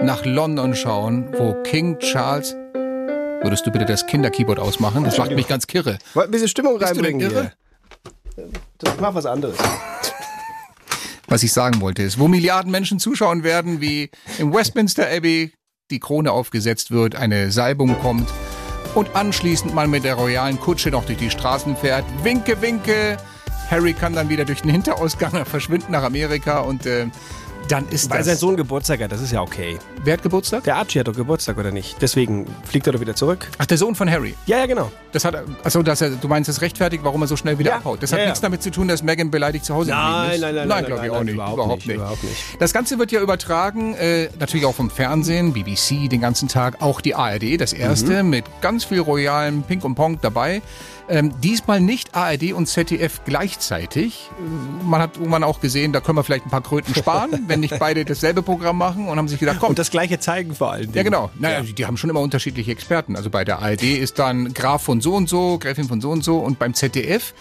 [SPEAKER 3] nach London schauen, wo King Charles. Würdest du bitte das Kinderkeyboard ausmachen? Das macht mich ganz kirre.
[SPEAKER 2] Wollt ein bisschen Stimmung
[SPEAKER 3] Bist du denn
[SPEAKER 2] reinbringen
[SPEAKER 3] irre?
[SPEAKER 2] hier. Ich mach was anderes.
[SPEAKER 3] Was ich sagen wollte ist, wo Milliarden Menschen zuschauen werden, wie im Westminster Abbey die Krone aufgesetzt wird, eine Salbung kommt und anschließend man mit der royalen Kutsche noch durch die Straßen fährt. Winke, winke. Harry kann dann wieder durch den Hinterausgang verschwinden nach Amerika und äh, dann ist
[SPEAKER 2] Weil sein
[SPEAKER 3] das.
[SPEAKER 2] Sohn Geburtstag hat, das ist ja okay.
[SPEAKER 3] Wer hat Geburtstag?
[SPEAKER 2] Der Archie hat doch Geburtstag, oder nicht? Deswegen fliegt er doch wieder zurück.
[SPEAKER 3] Ach, der Sohn von Harry.
[SPEAKER 2] Ja, ja, genau.
[SPEAKER 3] Das hat, also dass er, du meinst, das rechtfertigt, warum er so schnell wieder
[SPEAKER 2] Ja.
[SPEAKER 3] abhaut. Das
[SPEAKER 2] Ja,
[SPEAKER 3] hat
[SPEAKER 2] ja.
[SPEAKER 3] nichts damit zu tun, dass Megan beleidigt zu Hause
[SPEAKER 2] Nein,
[SPEAKER 3] geblieben ist.
[SPEAKER 2] nein, nein,
[SPEAKER 3] nein,
[SPEAKER 2] nein,
[SPEAKER 3] glaube
[SPEAKER 2] nein,
[SPEAKER 3] ich auch
[SPEAKER 2] nein,
[SPEAKER 3] nicht.
[SPEAKER 2] überhaupt
[SPEAKER 3] Überhaupt
[SPEAKER 2] nicht,
[SPEAKER 3] nicht.
[SPEAKER 2] überhaupt nicht.
[SPEAKER 3] Das Ganze wird ja übertragen, äh, natürlich auch vom Fernsehen, BBC den ganzen Tag, auch die ARD, das erste,
[SPEAKER 2] Mhm.
[SPEAKER 3] mit ganz viel royalem Ping und Pong dabei. Ähm, diesmal nicht ARD und ZDF gleichzeitig. Äh, Man hat irgendwann auch gesehen, da können wir vielleicht ein paar Kröten sparen, wenn nicht beide dasselbe Programm machen und haben sich gedacht, komm,
[SPEAKER 2] Und das gleiche zeigen vor allen Dingen.
[SPEAKER 3] ja, genau. Naja, die- die haben schon immer unterschiedliche Experten. Also bei der ARD ist dann Graf von so und so, Gräfin von so und so und beim ZDF,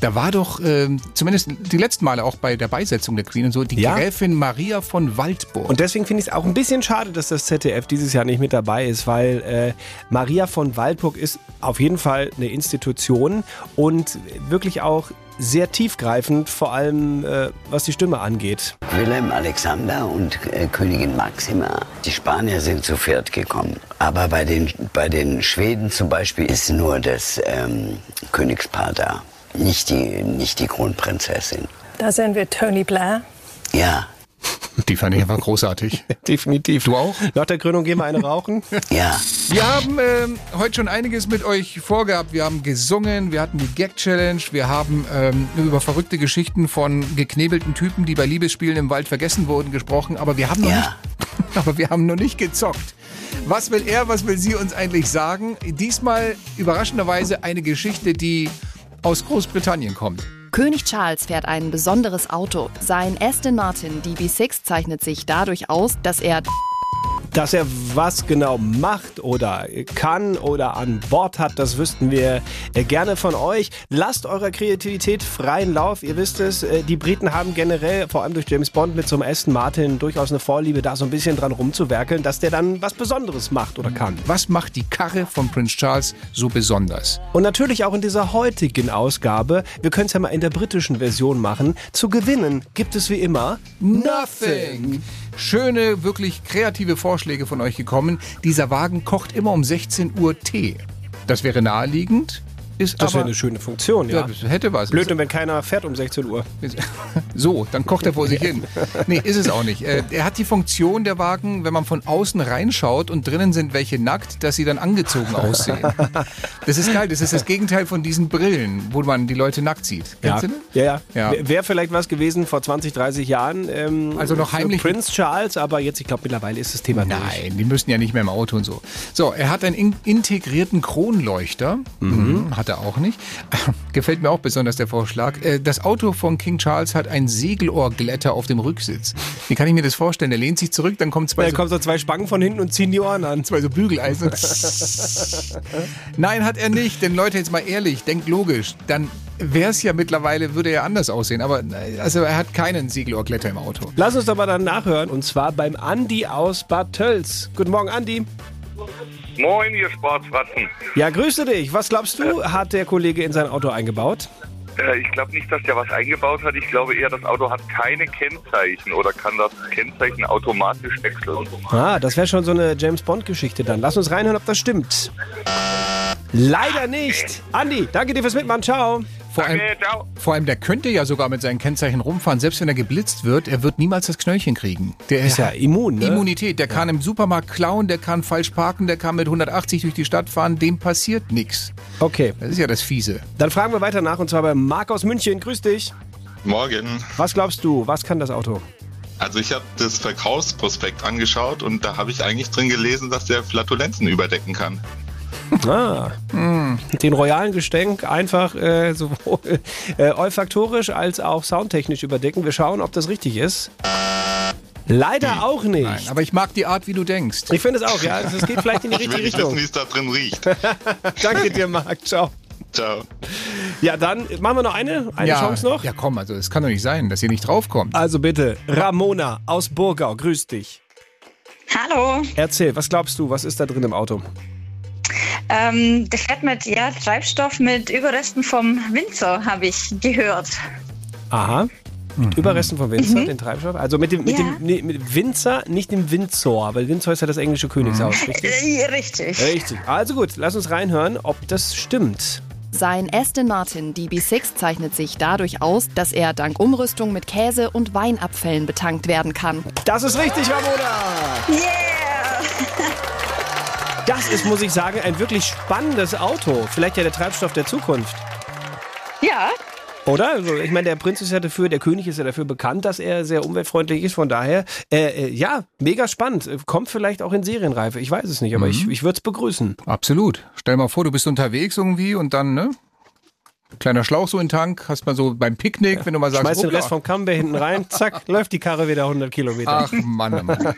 [SPEAKER 3] da war doch ähm, zumindest die letzten Male auch bei der Beisetzung der Queen und so, die
[SPEAKER 2] Ja.
[SPEAKER 3] Gräfin Maria von Waldburg.
[SPEAKER 2] Und deswegen finde ich es auch ein bisschen schade, dass das ZDF dieses Jahr nicht mit dabei ist, weil äh, Maria von Waldburg ist auf jeden Fall eine Institution und wirklich auch sehr tiefgreifend, vor allem äh, was die Stimme angeht.
[SPEAKER 8] Wilhelm Alexander und äh, Königin Maxima. Die Spanier sind zu viert gekommen. Aber bei den, bei den Schweden zum Beispiel ist nur das ähm, Königspaar da. Nicht die, nicht die Kronprinzessin.
[SPEAKER 9] Da sehen wir Tony Blair.
[SPEAKER 8] Ja,
[SPEAKER 3] die fand ich einfach großartig.
[SPEAKER 2] Definitiv.
[SPEAKER 3] Du auch?
[SPEAKER 2] Nach der Krönung gehen wir eine rauchen.
[SPEAKER 8] ja.
[SPEAKER 3] Wir haben ähm, heute schon einiges mit euch vorgehabt. Wir haben gesungen, wir hatten die Gag-Challenge, wir haben ähm, über verrückte Geschichten von geknebelten Typen, die bei Liebesspielen im Wald vergessen wurden, gesprochen. Aber wir haben noch,
[SPEAKER 8] Ja.
[SPEAKER 3] nicht, aber wir haben noch nicht gezockt. Was will er, was will sie uns eigentlich sagen? Diesmal überraschenderweise eine Geschichte, die aus Großbritannien kommt.
[SPEAKER 10] König Charles fährt ein besonderes Auto. Sein Aston Martin DB6 zeichnet sich dadurch aus, dass er
[SPEAKER 2] Dass er was genau macht oder kann oder an Bord hat, das wüssten wir äh, gerne von euch. Lasst eurer Kreativität freien Lauf. Ihr wisst es, äh, die Briten haben generell, vor allem durch James Bond mit so einem Aston Martin, durchaus eine Vorliebe, da so ein bisschen dran rumzuwerkeln, dass der dann was Besonderes macht oder kann.
[SPEAKER 3] Was macht die Karre von Prince Charles so besonders?
[SPEAKER 2] Und natürlich auch in dieser heutigen Ausgabe, wir können es ja mal in der britischen Version machen, zu gewinnen gibt es wie immer
[SPEAKER 3] Nothing. Schöne, wirklich kreative Vorschläge von euch gekommen. Dieser Wagen kocht immer um 16 Uhr Tee. Das wäre naheliegend. Ist
[SPEAKER 2] Das wäre
[SPEAKER 3] aber,
[SPEAKER 2] eine schöne Funktion, ja.
[SPEAKER 3] Ja, hätte was.
[SPEAKER 2] Blöd, wenn keiner fährt um 16 Uhr.
[SPEAKER 3] So, dann kocht er vor sich hin. Nee, ist es auch nicht. Äh, Er hat die Funktion der Wagen, wenn man von außen reinschaut und drinnen sind welche nackt, dass sie dann angezogen aussehen. Das ist geil. Das ist das Gegenteil von diesen Brillen, wo man die Leute nackt sieht.
[SPEAKER 2] Ja,
[SPEAKER 3] Kennst du das?
[SPEAKER 2] ja, ja.
[SPEAKER 3] Ja.
[SPEAKER 2] Wäre vielleicht was gewesen vor 20, 30 Jahren. Ähm,
[SPEAKER 3] Also noch
[SPEAKER 2] für
[SPEAKER 3] heimlich-
[SPEAKER 2] Prinz Charles, aber jetzt, ich glaube, mittlerweile ist das Thema durch.
[SPEAKER 3] Nein, die müssen ja nicht mehr im Auto und so. So, er hat einen in integrierten Kronleuchter. Mhm. Hat er auch nicht. Gefällt mir auch besonders der Vorschlag. Äh, Das Auto von King Charles hat einen Segelohrglätter auf dem Rücksitz. Wie kann ich mir das vorstellen? Der lehnt sich zurück, dann kommen zwei,
[SPEAKER 2] Da
[SPEAKER 3] so,
[SPEAKER 2] kommen so zwei Spangen von hinten und ziehen die Ohren an.
[SPEAKER 3] zwei so Bügeleisen. Nein, hat er nicht. Denn Leute, jetzt mal ehrlich, denkt logisch. Dann wäre es ja mittlerweile, würde er anders aussehen. Aber äh, also er hat keinen Segelohrglätter im Auto.
[SPEAKER 2] Lass uns doch mal dann nachhören. Und zwar beim Andi aus Bad Tölz. Guten Morgen, Andi.
[SPEAKER 11] Moin, ihr Sportwatzen.
[SPEAKER 2] Ja, grüße dich. Was glaubst du, hat der Kollege in sein Auto eingebaut?
[SPEAKER 11] Äh, ich glaube nicht, dass der was eingebaut hat. Ich glaube eher, das Auto hat keine Kennzeichen oder kann das Kennzeichen automatisch wechseln.
[SPEAKER 2] Ah, das wäre schon so eine James-Bond-Geschichte dann. Lass uns reinhören, ob das stimmt. Leider nicht. Andi, danke dir fürs Mitmachen. Ciao.
[SPEAKER 3] Vor allem,
[SPEAKER 11] Danke, ciao.
[SPEAKER 3] vor allem, der könnte ja sogar mit seinen Kennzeichen rumfahren. Selbst wenn er geblitzt wird, er wird niemals das Knöllchen kriegen. Der
[SPEAKER 2] Ist ja immun, ne?
[SPEAKER 3] Immunität. Der kann im Supermarkt klauen, der kann falsch parken, der kann mit 180 durch die Stadt fahren. Dem passiert nichts.
[SPEAKER 2] Okay,
[SPEAKER 3] Das ist ja das Fiese.
[SPEAKER 2] dann fragen wir weiter nach. Und zwar bei Marc aus München. Grüß dich.
[SPEAKER 11] Morgen.
[SPEAKER 2] Was glaubst du, was kann das Auto?
[SPEAKER 11] Also ich habe das Verkaufsprospekt angeschaut und da habe ich eigentlich drin gelesen, dass der Flatulenzen überdecken kann.
[SPEAKER 2] Ah, den royalen Gestank einfach äh, sowohl äh, olfaktorisch als auch soundtechnisch überdecken. Wir schauen, ob das richtig ist. Leider auch nicht.
[SPEAKER 3] Hm. Nein, aber ich mag die Art, wie du denkst.
[SPEAKER 2] ich finde es auch, ja. Also Es geht vielleicht in die richtige Richtung.
[SPEAKER 11] es da drin riecht.
[SPEAKER 2] Danke dir, Marc. Ciao.
[SPEAKER 11] Ciao.
[SPEAKER 2] Ja, dann machen wir noch eine. Eine
[SPEAKER 3] ja,
[SPEAKER 2] Chance noch.
[SPEAKER 3] Ja, komm, also es kann doch nicht sein, dass ihr nicht draufkommt.
[SPEAKER 2] Also bitte, Ramona aus Burgau, grüß dich.
[SPEAKER 9] Hallo,
[SPEAKER 2] Erzähl, was glaubst du, was ist da drin im Auto?
[SPEAKER 9] ähm, der fährt mit ja, Treibstoff mit Überresten vom Winzer, habe ich gehört.
[SPEAKER 2] Aha. Mit Überresten von Winzer, den Treibstoff. Also mit dem, mit
[SPEAKER 9] Ja.
[SPEAKER 2] dem nee, mit Winzer, nicht dem Windsor, weil Windsor ist ja das englische Königshaus, richtig?
[SPEAKER 9] Äh, Richtig.
[SPEAKER 2] Richtig. Also gut, lass uns reinhören, ob das stimmt.
[SPEAKER 10] Sein Aston Martin DB6 zeichnet sich dadurch aus, dass er dank Umrüstung mit Käse und Weinabfällen betankt werden kann.
[SPEAKER 2] Das ist richtig, Ramona! Das ist, muss ich sagen, ein wirklich spannendes Auto. Vielleicht ja der Treibstoff der Zukunft.
[SPEAKER 9] Ja,
[SPEAKER 2] Oder? Also, ich meine, der Prinz ist ja dafür, der König ist ja dafür bekannt, dass er sehr umweltfreundlich ist. Von daher, äh, äh, ja, mega spannend. Kommt vielleicht auch in Serienreife. Ich weiß es nicht, aber
[SPEAKER 3] Mhm.
[SPEAKER 2] ich, ich würde es begrüßen.
[SPEAKER 3] Absolut. Stell mal vor, du bist unterwegs irgendwie und dann, ne? Kleiner Schlauch so in den Tank, hast mal so beim Picknick, wenn du mal sagst,
[SPEAKER 2] Schmeiß den
[SPEAKER 3] hoppla.
[SPEAKER 2] Rest vom Camber hinten rein, zack, läuft die Karre wieder 100 Kilometer.
[SPEAKER 3] Ach, Mann, oh Mann.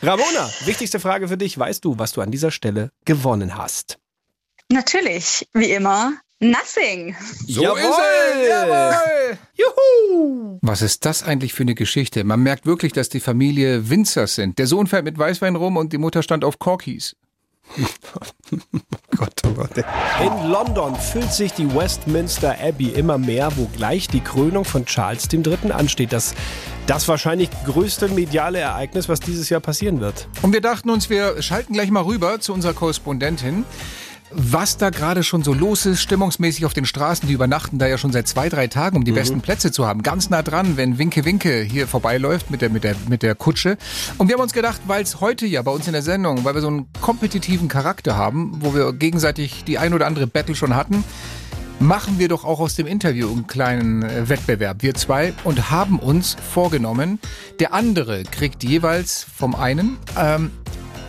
[SPEAKER 2] Ramona, wichtigste Frage für dich. Weißt du, was du an dieser Stelle gewonnen hast?
[SPEAKER 9] natürlich, wie immer, nothing.
[SPEAKER 3] So Jawohl! ist es! Jawohl!
[SPEAKER 2] Juhu!
[SPEAKER 3] Was ist das eigentlich für eine Geschichte? Man merkt wirklich, dass die Familie Winzers sind. Der Sohn fährt mit Weißwein rum und die Mutter stand auf Corkis.
[SPEAKER 2] Gott, oh Gott. In London füllt sich die Westminster Abbey immer mehr, wo gleich die Krönung von Charles III. ansteht. Das, das wahrscheinlich größte mediale Ereignis, was dieses Jahr passieren wird.
[SPEAKER 3] Und wir dachten uns, wir schalten gleich mal rüber zu unserer Korrespondentin. Was da gerade schon so los ist, stimmungsmäßig auf den Straßen, die übernachten da ja schon seit zwei, drei Tagen, um die besten Plätze zu haben. Ganz nah dran, wenn Winke Winke hier vorbeiläuft mit der, mit der, mit der Kutsche. Und wir haben uns gedacht, weil es heute ja bei uns in der Sendung, weil wir so einen kompetitiven Charakter haben, wo wir gegenseitig die ein oder andere Battle schon hatten, machen wir doch auch aus dem Interview einen kleinen äh, Wettbewerb, wir zwei, und haben uns vorgenommen, der andere kriegt jeweils vom einen ähm,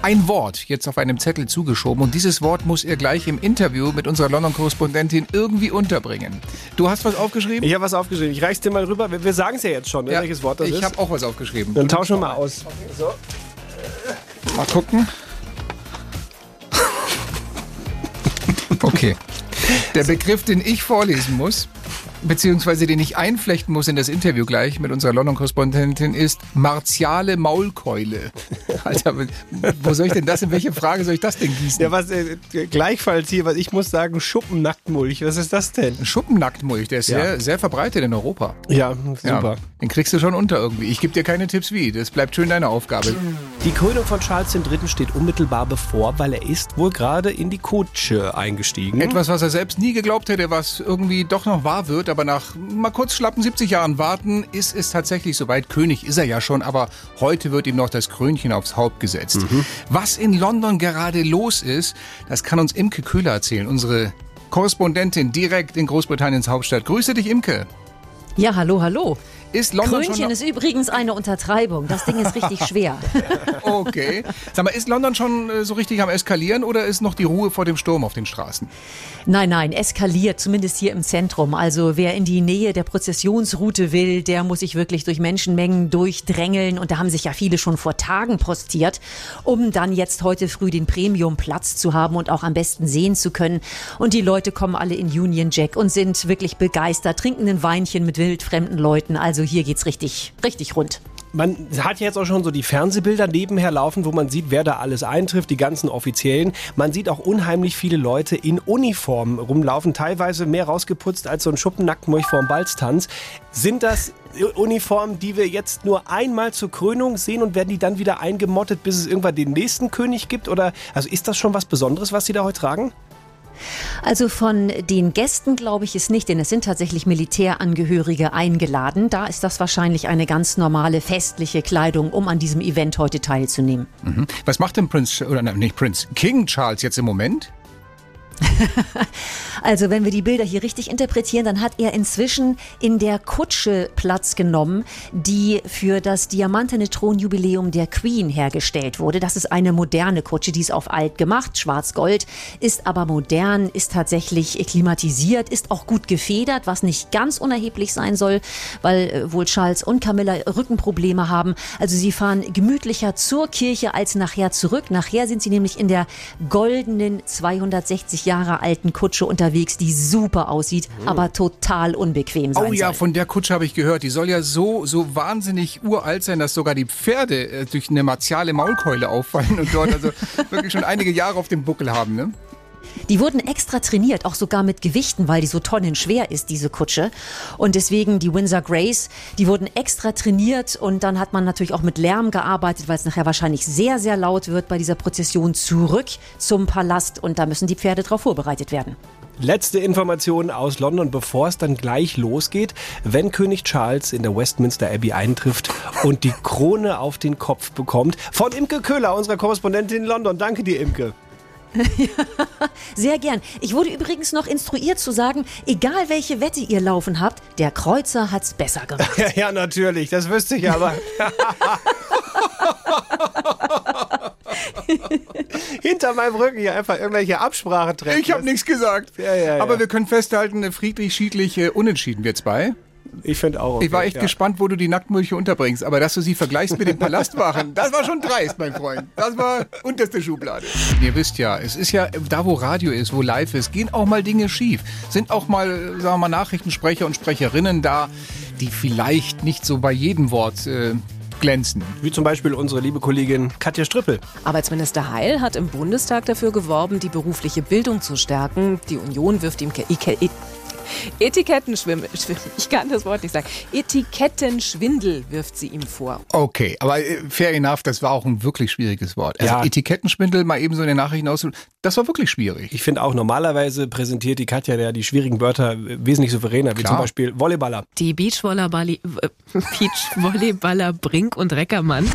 [SPEAKER 3] ein Wort jetzt auf einem Zettel zugeschoben und dieses Wort muss er gleich im Interview mit unserer London-Korrespondentin irgendwie unterbringen. Du hast was aufgeschrieben?
[SPEAKER 2] Ich habe was aufgeschrieben. Ich reich's dir mal rüber. Wir, wir sagen es ja jetzt schon, ne, welches Wort das
[SPEAKER 3] ich
[SPEAKER 2] ist.
[SPEAKER 3] habe auch was aufgeschrieben.
[SPEAKER 2] Dann tauschen wir mal aus.
[SPEAKER 3] Mal gucken. Okay. Der Begriff, den ich vorlesen muss, beziehungsweise den ich einflechten muss in das Interview gleich mit unserer London-Korrespondentin, ist martiale Maulkeule. Alter, wo soll ich denn das, in welche Frage soll ich das denn gießen?
[SPEAKER 2] Ja, was, äh, gleichfalls hier, was ich muss sagen, Schuppennacktmulch. Was ist das denn?
[SPEAKER 3] Schuppennacktmulch, der ist
[SPEAKER 2] Ja.
[SPEAKER 3] sehr, sehr verbreitet in Europa.
[SPEAKER 2] Ja, super.
[SPEAKER 3] den kriegst du schon unter irgendwie. Ich gebe dir keine Tipps wie. Das bleibt schön deine Aufgabe.
[SPEAKER 2] Die Krönung von Charles III. steht unmittelbar bevor, weil er ist wohl gerade in die Kutsche eingestiegen.
[SPEAKER 3] Etwas, was er selbst nie geglaubt hätte, was irgendwie doch noch wahr wird, aber nach mal kurz schlappen 70 Jahren warten, ist es tatsächlich soweit. König ist er ja schon, aber heute wird ihm noch das Krönchen aufs Haupt gesetzt. Was in London gerade los ist, das kann uns Imke Köhler erzählen, unsere Korrespondentin direkt in Großbritanniens Hauptstadt. Grüße dich, Imke.
[SPEAKER 12] Ja, hallo, hallo.
[SPEAKER 3] Ist London
[SPEAKER 12] Krönchen
[SPEAKER 3] schon
[SPEAKER 12] ist übrigens eine Untertreibung. Das Ding ist richtig schwer.
[SPEAKER 3] okay? Sag mal, ist London schon äh, so richtig am eskalieren oder ist noch die Ruhe vor dem Sturm auf den Straßen?
[SPEAKER 12] Nein, nein, eskaliert, zumindest hier im Zentrum. Also wer in die Nähe der Prozessionsroute will, der muss sich wirklich durch Menschenmengen durchdrängeln. Und da haben sich ja viele schon vor Tagen postiert, um dann jetzt heute früh den Premium-Platz zu haben und auch am besten sehen zu können. Und die Leute kommen alle in Union Jack und sind wirklich begeistert, trinken ein Weinchen mit wildfremden Leuten. Also hier geht's richtig, richtig rund.
[SPEAKER 2] Man hat jetzt auch schon so die Fernsehbilder nebenher laufen, wo man sieht, wer da alles eintrifft, die ganzen Offiziellen. Man sieht auch unheimlich viele Leute in Uniformen rumlaufen, teilweise mehr rausgeputzt als so ein Schuppennacktmulch vor dem Balztanz. Sind das Uniformen, die wir jetzt nur einmal zur Krönung sehen und werden die dann wieder eingemottet, bis es irgendwann den nächsten König gibt? Oder also ist das schon was Besonderes, was sie da heute tragen?
[SPEAKER 12] Also von den Gästen glaube ich es nicht, denn es sind tatsächlich Militärangehörige eingeladen. Da ist das wahrscheinlich eine ganz normale festliche Kleidung, um an diesem Event heute teilzunehmen.
[SPEAKER 3] Mhm. Was macht denn Prinz, oder nein, nicht Prinz, King Charles jetzt im Moment?
[SPEAKER 12] Also wenn wir die Bilder hier richtig interpretieren, dann hat er inzwischen in der Kutsche Platz genommen, die für das diamantene Thronjubiläum der Queen hergestellt wurde. Das ist eine moderne Kutsche, die ist auf alt gemacht, schwarz-gold, ist aber modern, ist tatsächlich klimatisiert, ist auch gut gefedert, was nicht ganz unerheblich sein soll, weil äh, wohl Charles und Camilla Rückenprobleme haben. Also sie fahren gemütlicher zur Kirche als nachher zurück. Nachher sind sie nämlich in der goldenen 260 Jahre alten Kutsche unterwegs, die super aussieht, aber total unbequem sein
[SPEAKER 3] Oh ja,
[SPEAKER 12] soll.
[SPEAKER 3] von der Kutsche habe ich gehört. Die soll ja so, so wahnsinnig uralt sein, dass sogar die Pferde äh, durch eine martiale Maulkeule auffallen und dort also wirklich schon einige Jahre auf dem Buckel haben. Ne?
[SPEAKER 12] Die wurden extra trainiert, auch sogar mit Gewichten, weil die so tonnenschwer ist, diese Kutsche. Und deswegen die Windsor Grace, die wurden extra trainiert und dann hat man natürlich auch mit Lärm gearbeitet, weil es nachher wahrscheinlich sehr, sehr laut wird bei dieser Prozession zurück zum Palast und da müssen die Pferde drauf vorbereitet werden.
[SPEAKER 2] Letzte Information aus London, bevor es dann gleich losgeht. Wenn König Charles in der Westminster Abbey eintrifft und die Krone auf den Kopf bekommt, von Imke Köhler, unserer Korrespondentin in London. Danke dir, Imke.
[SPEAKER 12] Sehr gern. Ich wurde übrigens noch instruiert zu sagen, egal welche Wette ihr laufen habt, der Kreuzer hat's besser gemacht.
[SPEAKER 2] Ja, ja, natürlich, das wüsste ich aber. Hinter meinem Rücken hier einfach irgendwelche Absprachen treffen.
[SPEAKER 3] Ich habe nichts gesagt.
[SPEAKER 2] Ja, ja, ja.
[SPEAKER 3] Aber wir können festhalten, Friedrich Schiedlich äh, unentschieden wird's bei.
[SPEAKER 2] Ich finde auch. okay,
[SPEAKER 3] ich war echt
[SPEAKER 2] ja.
[SPEAKER 3] gespannt, wo du die Nacktmulche unterbringst, aber dass du sie vergleichst mit den Palastwachen, das war schon dreist, mein Freund. Das war unterste Schublade. Ihr wisst ja, es ist ja da, wo Radio ist, wo live ist, gehen auch mal Dinge schief. Sind auch mal, sagen wir mal, Nachrichtensprecher und Sprecherinnen da, die vielleicht nicht so bei jedem Wort äh, glänzen.
[SPEAKER 2] Wie zum Beispiel unsere liebe Kollegin Katja Strippel.
[SPEAKER 13] Arbeitsminister Heil hat im Bundestag dafür geworben, die berufliche Bildung zu stärken. Die Union wirft ihm Ke Ike Etikettenschwimmel, schwimm- ich kann das Wort nicht sagen. Etikettenschwindel wirft sie ihm vor.
[SPEAKER 3] Okay, aber äh, fair enough, das war auch ein wirklich schwieriges Wort. Also
[SPEAKER 2] Ja.
[SPEAKER 3] Etikettenschwindel, mal eben so in den Nachrichten aus. Das war wirklich schwierig.
[SPEAKER 2] Ich finde auch, normalerweise präsentiert die Katja ja die schwierigen Wörter wesentlich souveräner, wie
[SPEAKER 3] Klar.
[SPEAKER 2] zum Beispiel Volleyballer.
[SPEAKER 13] Die Beachvolleyballi- äh, Beachvolleyballer Brink und Reckermann.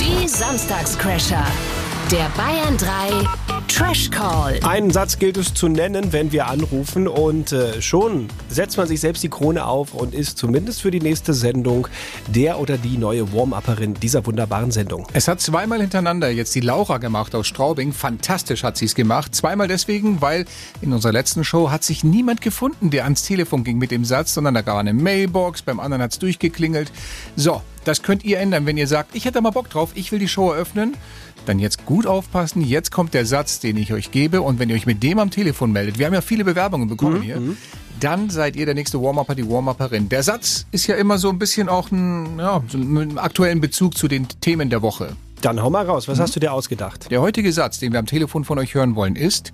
[SPEAKER 4] Die Samstagscrasher. Der Bayern 3 Trash Call.
[SPEAKER 2] Einen Satz gilt es zu nennen, wenn wir anrufen und äh, schon setzt man sich selbst die Krone auf und ist zumindest für die nächste Sendung der oder die neue Warm-Upperin dieser wunderbaren Sendung.
[SPEAKER 3] Es hat zweimal hintereinander jetzt die Laura gemacht aus Straubing. Fantastisch hat sie es gemacht. Zweimal deswegen, weil in unserer letzten Show hat sich niemand gefunden, der ans Telefon ging mit dem Satz, sondern da war eine Mailbox, beim anderen hat es durchgeklingelt. So, das könnt ihr ändern, wenn ihr sagt, ich hätte da mal Bock drauf, ich will die Show eröffnen. Dann jetzt gut aufpassen, jetzt kommt der Satz, den ich euch gebe. Und wenn ihr euch mit dem am Telefon meldet, wir haben ja viele Bewerbungen bekommen hier, dann seid ihr der nächste Warm-Upper, die Warm-Upperin. Der Satz ist ja immer so ein bisschen auch ein, ja, so einen aktuellen Bezug zu den Themen der Woche.
[SPEAKER 2] Dann hau mal raus, was hast du dir ausgedacht?
[SPEAKER 3] Der heutige Satz, den wir am Telefon von euch hören wollen, ist: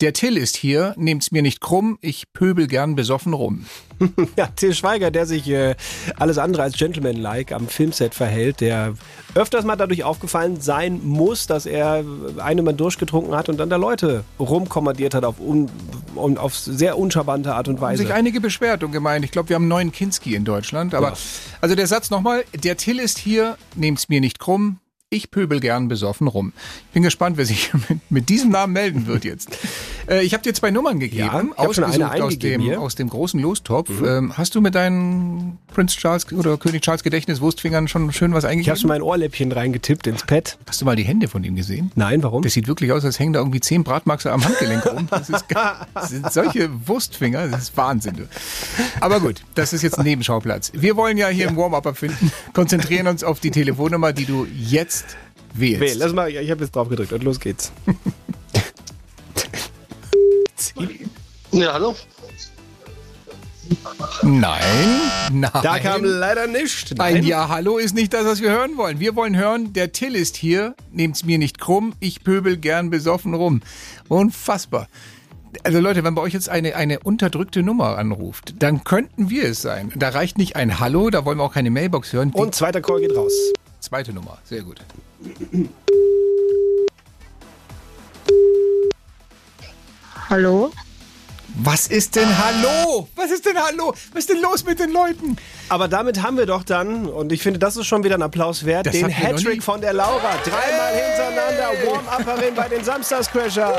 [SPEAKER 3] Der Till ist hier, nehmt's mir nicht krumm, ich pöbel gern besoffen rum.
[SPEAKER 2] Ja, Till Schweiger, der sich äh, alles andere als Gentleman-like am Filmset verhält, der öfters mal dadurch aufgefallen sein muss, dass er eine Mann durchgetrunken hat und dann da Leute rumkommandiert hat auf, un, um, auf sehr uncharmante Art und
[SPEAKER 3] Haben
[SPEAKER 2] Weise.
[SPEAKER 3] sich einige beschwert und gemeint, ich glaube, wir haben einen neuen Kinski in Deutschland. Aber
[SPEAKER 2] Also. Ja.
[SPEAKER 3] also der Satz nochmal: Der Till ist hier, nehmt's mir nicht krumm. Ich pöbel gern besoffen rum. Ich bin gespannt, wer sich mit, mit diesem Namen melden wird jetzt. Äh, ich habe dir zwei Nummern
[SPEAKER 2] ich hab
[SPEAKER 3] gegeben,
[SPEAKER 2] schon eine
[SPEAKER 3] ausgesucht aus
[SPEAKER 2] eingegeben
[SPEAKER 3] dem,
[SPEAKER 2] hier. Mhm.
[SPEAKER 3] aus dem großen Lostopf. Ähm, hast du mit deinen Prinz Charles oder König Charles Gedächtniswurstfingern schon schön was
[SPEAKER 2] Ich
[SPEAKER 3] eingegeben?
[SPEAKER 2] habe schon mein Ohrläppchen reingetippt ins Pad.
[SPEAKER 3] Hast du mal die Hände von ihm gesehen?
[SPEAKER 2] Nein, warum?
[SPEAKER 3] Das sieht wirklich aus, als hängen da irgendwie zehn Bratmaxe am Handgelenk rum. Das, ist, das sind solche Wurstfinger, das ist Wahnsinn. Du. Aber gut, das ist jetzt ein Nebenschauplatz. Wir wollen ja hier im Warm-Up finden, konzentrieren uns auf die Telefonnummer, die du jetzt wählst.
[SPEAKER 2] Wähl, lass mal, ich habe jetzt drauf gedrückt und los geht's.
[SPEAKER 6] Ja, hallo?
[SPEAKER 3] Nein, nein.
[SPEAKER 2] also- Da kam leider nichts.
[SPEAKER 3] ein
[SPEAKER 2] Nein.
[SPEAKER 3] Ja, hallo ist nicht das, was wir hören wollen. Wir wollen hören, der Till ist hier, nehmt's mir nicht krumm, ich pöbel gern besoffen rum. Unfassbar. Also Leute, wenn bei euch jetzt eine, eine unterdrückte Nummer anruft, dann könnten wir es sein. Da reicht nicht ein Hallo, da wollen wir auch keine Mailbox hören. Die
[SPEAKER 2] Und zweiter Call geht raus.
[SPEAKER 3] zweite Nummer, sehr gut.
[SPEAKER 14] Hallo?
[SPEAKER 3] Was ist denn Hallo? Was ist denn Hallo? Was ist denn los mit den Leuten?
[SPEAKER 2] Aber damit haben wir doch dann, und ich finde, das ist schon wieder ein Applaus wert,
[SPEAKER 3] Das
[SPEAKER 2] den
[SPEAKER 3] hatten wir noch nie.
[SPEAKER 2] Hattrick von der Laura. Dreimal hintereinander Warm-Upperin bei den Samstagscrashern.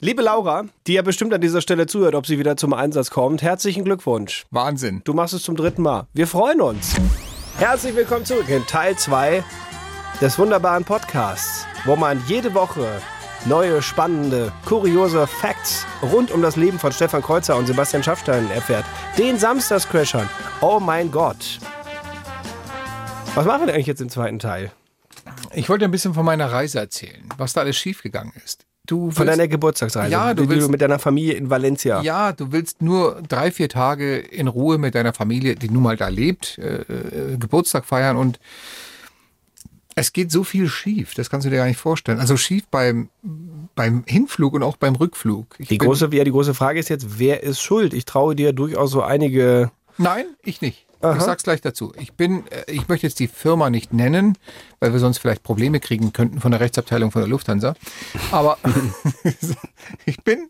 [SPEAKER 2] Liebe Laura, die ja bestimmt an dieser Stelle zuhört, ob sie wieder zum Einsatz kommt, herzlichen Glückwunsch.
[SPEAKER 3] Wahnsinn.
[SPEAKER 2] Du machst es zum dritten Mal. Wir freuen uns. Herzlich willkommen zurück in Teil 2 des wunderbaren Podcasts, wo man jede Woche neue, spannende, kuriose Facts rund um das Leben von Stefan Kreuzer und Sebastian Schaffstein erfährt. Den Samstagscrashern. Oh mein Gott. Was machen wir denn eigentlich jetzt im zweiten Teil?
[SPEAKER 3] Ich wollte ein bisschen von meiner Reise erzählen, was da alles schiefgegangen ist. Du
[SPEAKER 2] Von
[SPEAKER 3] willst-
[SPEAKER 2] deiner Geburtstagsreise,
[SPEAKER 3] Ja, du
[SPEAKER 2] die du
[SPEAKER 3] willst-
[SPEAKER 2] mit deiner Familie in Valencia.
[SPEAKER 3] Ja, du willst nur drei, vier Tage in Ruhe mit deiner Familie, die nun mal da lebt, äh, äh, Geburtstag feiern und es geht so viel schief, das kannst du dir gar nicht vorstellen. Also schief beim, beim Hinflug und auch beim Rückflug. Ich
[SPEAKER 2] Die
[SPEAKER 3] bin-
[SPEAKER 2] große, ja, die große Frage ist jetzt, wer ist schuld? Ich traue dir durchaus so einige
[SPEAKER 3] Nein, ich nicht. Ich sag's gleich dazu. Ich bin, äh, ich möchte jetzt die Firma nicht nennen, weil wir sonst vielleicht Probleme kriegen könnten von der Rechtsabteilung von der Lufthansa. Aber ich bin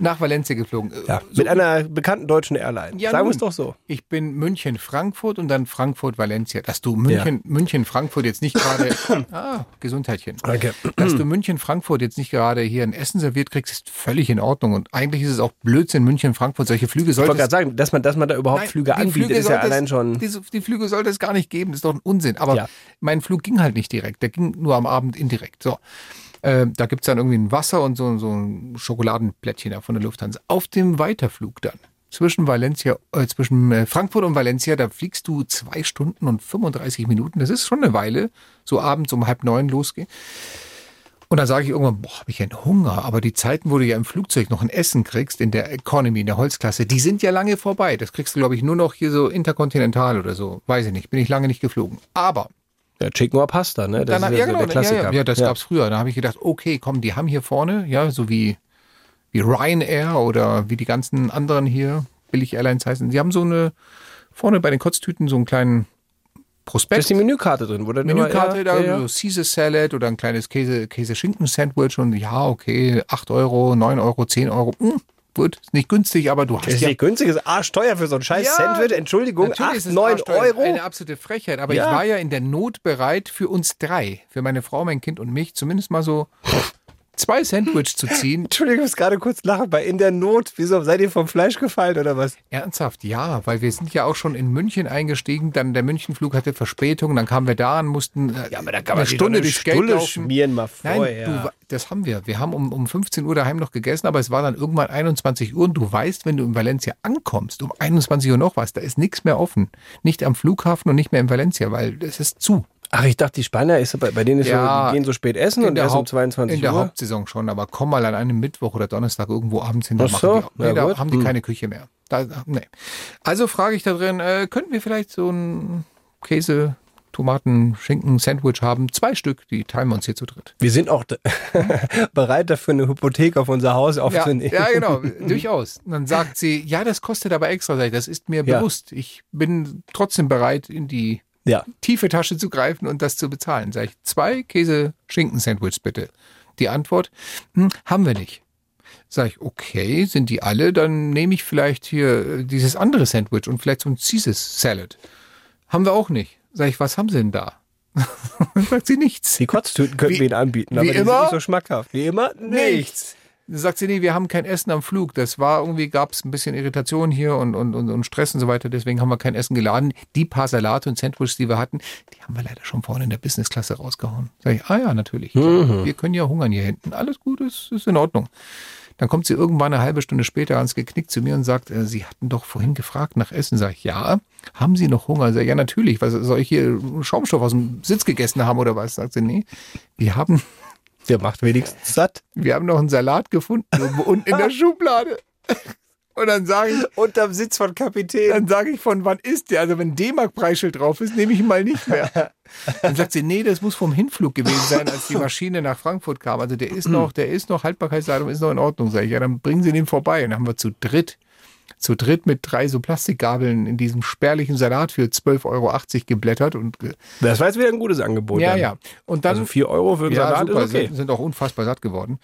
[SPEAKER 3] nach Valencia geflogen.
[SPEAKER 2] Ja, mit einer bekannten deutschen Airline. Sagen wir es doch so.
[SPEAKER 3] Ich bin München, Frankfurt und dann Frankfurt, Valencia. Dass du München, München, Frankfurt jetzt nicht gerade. ah, Gesundheitchen.
[SPEAKER 2] Danke.
[SPEAKER 3] Dass du München, Frankfurt jetzt nicht gerade hier in Essen serviert kriegst, ist völlig in Ordnung. Und eigentlich ist es auch Blödsinn, München, Frankfurt. Solche Flüge
[SPEAKER 2] Ich wollte
[SPEAKER 3] solltest
[SPEAKER 2] gerade sagen, dass man, dass man da überhaupt
[SPEAKER 3] Nein,
[SPEAKER 2] Flüge
[SPEAKER 3] die
[SPEAKER 2] anbietet,
[SPEAKER 3] Flüge
[SPEAKER 2] ist ja
[SPEAKER 3] sollte es-
[SPEAKER 2] allein schon.
[SPEAKER 3] Diese, die Flüge sollte es gar nicht geben, das ist doch ein Unsinn. Aber mein Flug ging halt nicht direkt, der ging nur am Abend indirekt. So. Äh, da gibt es dann irgendwie ein Wasser und so, so ein Schokoladenplättchen da von der Lufthansa. Auf dem Weiterflug dann. Zwischen Valencia, äh, zwischen äh, Frankfurt und Valencia, da fliegst du zwei Stunden und 35 Minuten. Das ist schon eine Weile. So abends um halb neun losgehen. Und dann sage ich irgendwann, boah, habe ich ja einen Hunger. Aber die Zeiten, wo du ja im Flugzeug noch ein Essen kriegst, in der Economy, in der Holzklasse, die sind ja lange vorbei. Das kriegst du, glaube ich, nur noch hier so interkontinental oder so. Weiß ich nicht, bin ich lange nicht geflogen. Aber
[SPEAKER 2] Ja, Chicken or Pasta, ne? Das
[SPEAKER 3] Danach-
[SPEAKER 2] ist ja, so der Klassiker.
[SPEAKER 3] Ja, ja, ja das gab's früher. Da habe ich gedacht, okay, komm, die haben hier vorne, ja, so wie, wie Ryanair oder wie die ganzen anderen hier, billig Airlines heißen, die haben so eine, vorne bei den Kotztüten so einen kleinen Prospekt.
[SPEAKER 2] Da ist die Menükarte drin, wo dann immer-
[SPEAKER 3] Menükarte
[SPEAKER 2] ja,
[SPEAKER 3] da,
[SPEAKER 2] ja, ja.
[SPEAKER 3] so Caesar Salad oder ein kleines Käse, Käse-Schinken-Sandwich und ja, okay, 8 Euro, 9 Euro, 10 Euro, hm, gut, ist nicht günstig, aber du hast
[SPEAKER 2] Das ist
[SPEAKER 3] ja...
[SPEAKER 2] nicht günstig, ist arschteuer für so ein scheiß Sandwich. Entschuldigung,
[SPEAKER 3] natürlich
[SPEAKER 2] 8,
[SPEAKER 3] ist es
[SPEAKER 2] 9
[SPEAKER 3] arschteuer.
[SPEAKER 2] Euro.
[SPEAKER 3] Eine absolute Frechheit, aber
[SPEAKER 2] Ja.
[SPEAKER 3] ich war ja in der Not bereit, für uns drei, für meine Frau, mein Kind und mich, zumindest mal so zwei Sandwich zu ziehen.
[SPEAKER 2] Entschuldigung, ich muss gerade kurz lachen, bei in der Not, wieso seid ihr vom Fleisch gefallen oder was?
[SPEAKER 3] Ernsthaft, ja, weil wir sind ja auch schon in München eingestiegen, dann der Münchenflug hatte Verspätung, dann kamen wir da und mussten äh, eine
[SPEAKER 2] sich
[SPEAKER 3] Stunde
[SPEAKER 2] doch eine
[SPEAKER 3] durch Geld
[SPEAKER 2] Stulle
[SPEAKER 3] laufen.
[SPEAKER 2] schmieren mal vorher.
[SPEAKER 3] Nein, du, wa- das haben wir. Wir haben um, um 15 Uhr daheim noch gegessen, aber es war dann irgendwann 21 Uhr und du weißt, wenn du in Valencia ankommst, um 21 Uhr noch was, da ist nichts mehr offen. Nicht am Flughafen und nicht mehr in Valencia, weil es ist zu.
[SPEAKER 2] Ach, ich dachte, die Spanier, ist, bei, bei denen ist so, die gehen so spät essen
[SPEAKER 3] in
[SPEAKER 2] und
[SPEAKER 3] der
[SPEAKER 2] erst um
[SPEAKER 3] Haupt-
[SPEAKER 2] 22
[SPEAKER 3] In der
[SPEAKER 2] Uhr.
[SPEAKER 3] Hauptsaison schon, aber komm mal an einem Mittwoch oder Donnerstag irgendwo abends hin, da,
[SPEAKER 2] Ach
[SPEAKER 3] machen
[SPEAKER 2] so,
[SPEAKER 3] die, auch-
[SPEAKER 2] ja
[SPEAKER 3] nee, da
[SPEAKER 2] gut.
[SPEAKER 3] haben die
[SPEAKER 2] Hm.
[SPEAKER 3] keine Küche mehr. Da, nee. Also frage ich da drin, äh, könnten wir vielleicht so ein Käse, Tomaten, Schinken, Sandwich haben? Zwei Stück, die teilen wir uns hier zu dritt.
[SPEAKER 2] Wir sind auch d- bereit dafür, eine Hypothek auf unser Haus
[SPEAKER 3] Ja,
[SPEAKER 2] aufzunehmen.
[SPEAKER 3] ja, genau, durchaus. Und dann sagt sie, ja, das kostet aber extra, Sag ich, das ist mir
[SPEAKER 2] Ja.
[SPEAKER 3] bewusst. Ich bin trotzdem bereit, in die tiefe Tasche zu greifen und das zu bezahlen. Sag ich, zwei Käse-Schinken-Sandwich bitte. Die Antwort, hm, haben wir nicht. Sag ich, okay, sind die alle, dann nehme ich vielleicht hier äh, dieses andere Sandwich und vielleicht so ein Caesar-Salad. Haben wir auch nicht. Sag ich, was haben sie denn da? sagt sie nichts.
[SPEAKER 2] Die Kotztüten könnten wir ihnen anbieten, aber
[SPEAKER 3] wie
[SPEAKER 2] die sind
[SPEAKER 3] immer-
[SPEAKER 2] nicht so schmackhaft. Wie immer, nichts.
[SPEAKER 3] Dann sagt sie, nee, wir haben kein Essen am Flug. Das war irgendwie, gab es ein bisschen Irritation hier und, und, und, und Stress und so weiter. Deswegen haben wir kein Essen geladen. Die paar Salate und Sandwiches, die wir hatten, die haben wir leider schon vorne in der Businessklasse rausgehauen. Sag ich, ah ja, natürlich.
[SPEAKER 2] Mhm.
[SPEAKER 3] Wir können ja hungern hier hinten. Alles gut, ist, ist in Ordnung. Dann kommt sie irgendwann eine halbe Stunde später ans Geknick zu mir und sagt, äh, Sie hatten doch vorhin gefragt nach Essen. Sag ich, ja. Haben Sie noch Hunger? Sag ich, ja, natürlich. Was soll ich hier Schaumstoff aus dem Sitz gegessen haben oder was? Sagt sie, nee. Wir haben.
[SPEAKER 2] Der macht wenigstens satt.
[SPEAKER 3] Wir haben noch einen Salat gefunden irgendwo unten in der Schublade. Und dann sage ich.
[SPEAKER 2] Unterm Sitz von Kapitän.
[SPEAKER 3] Dann sage ich, von wann ist der? Also, wenn D-Mark-Preisschild drauf ist, nehme ich ihn mal nicht mehr. Dann sagt sie, nee, das muss vom Hinflug gewesen sein, als die Maschine nach Frankfurt kam. Also, der
[SPEAKER 2] Mhm.
[SPEAKER 3] ist noch, der ist noch, Haltbarkeitsdatum ist noch in Ordnung. Sage ich, ja, dann bringen Sie den vorbei. Und dann haben wir zu dritt, zu dritt mit drei so Plastikgabeln in diesem spärlichen Salat für 12,80 Euro geblättert und ge-
[SPEAKER 2] Das war jetzt wieder ein gutes Angebot.
[SPEAKER 3] ja,
[SPEAKER 2] dann.
[SPEAKER 3] ja. Und dann,
[SPEAKER 2] also 4 Euro für einen
[SPEAKER 3] ja,
[SPEAKER 2] Salat
[SPEAKER 3] super,
[SPEAKER 2] ist okay.
[SPEAKER 3] sind, sind auch unfassbar satt geworden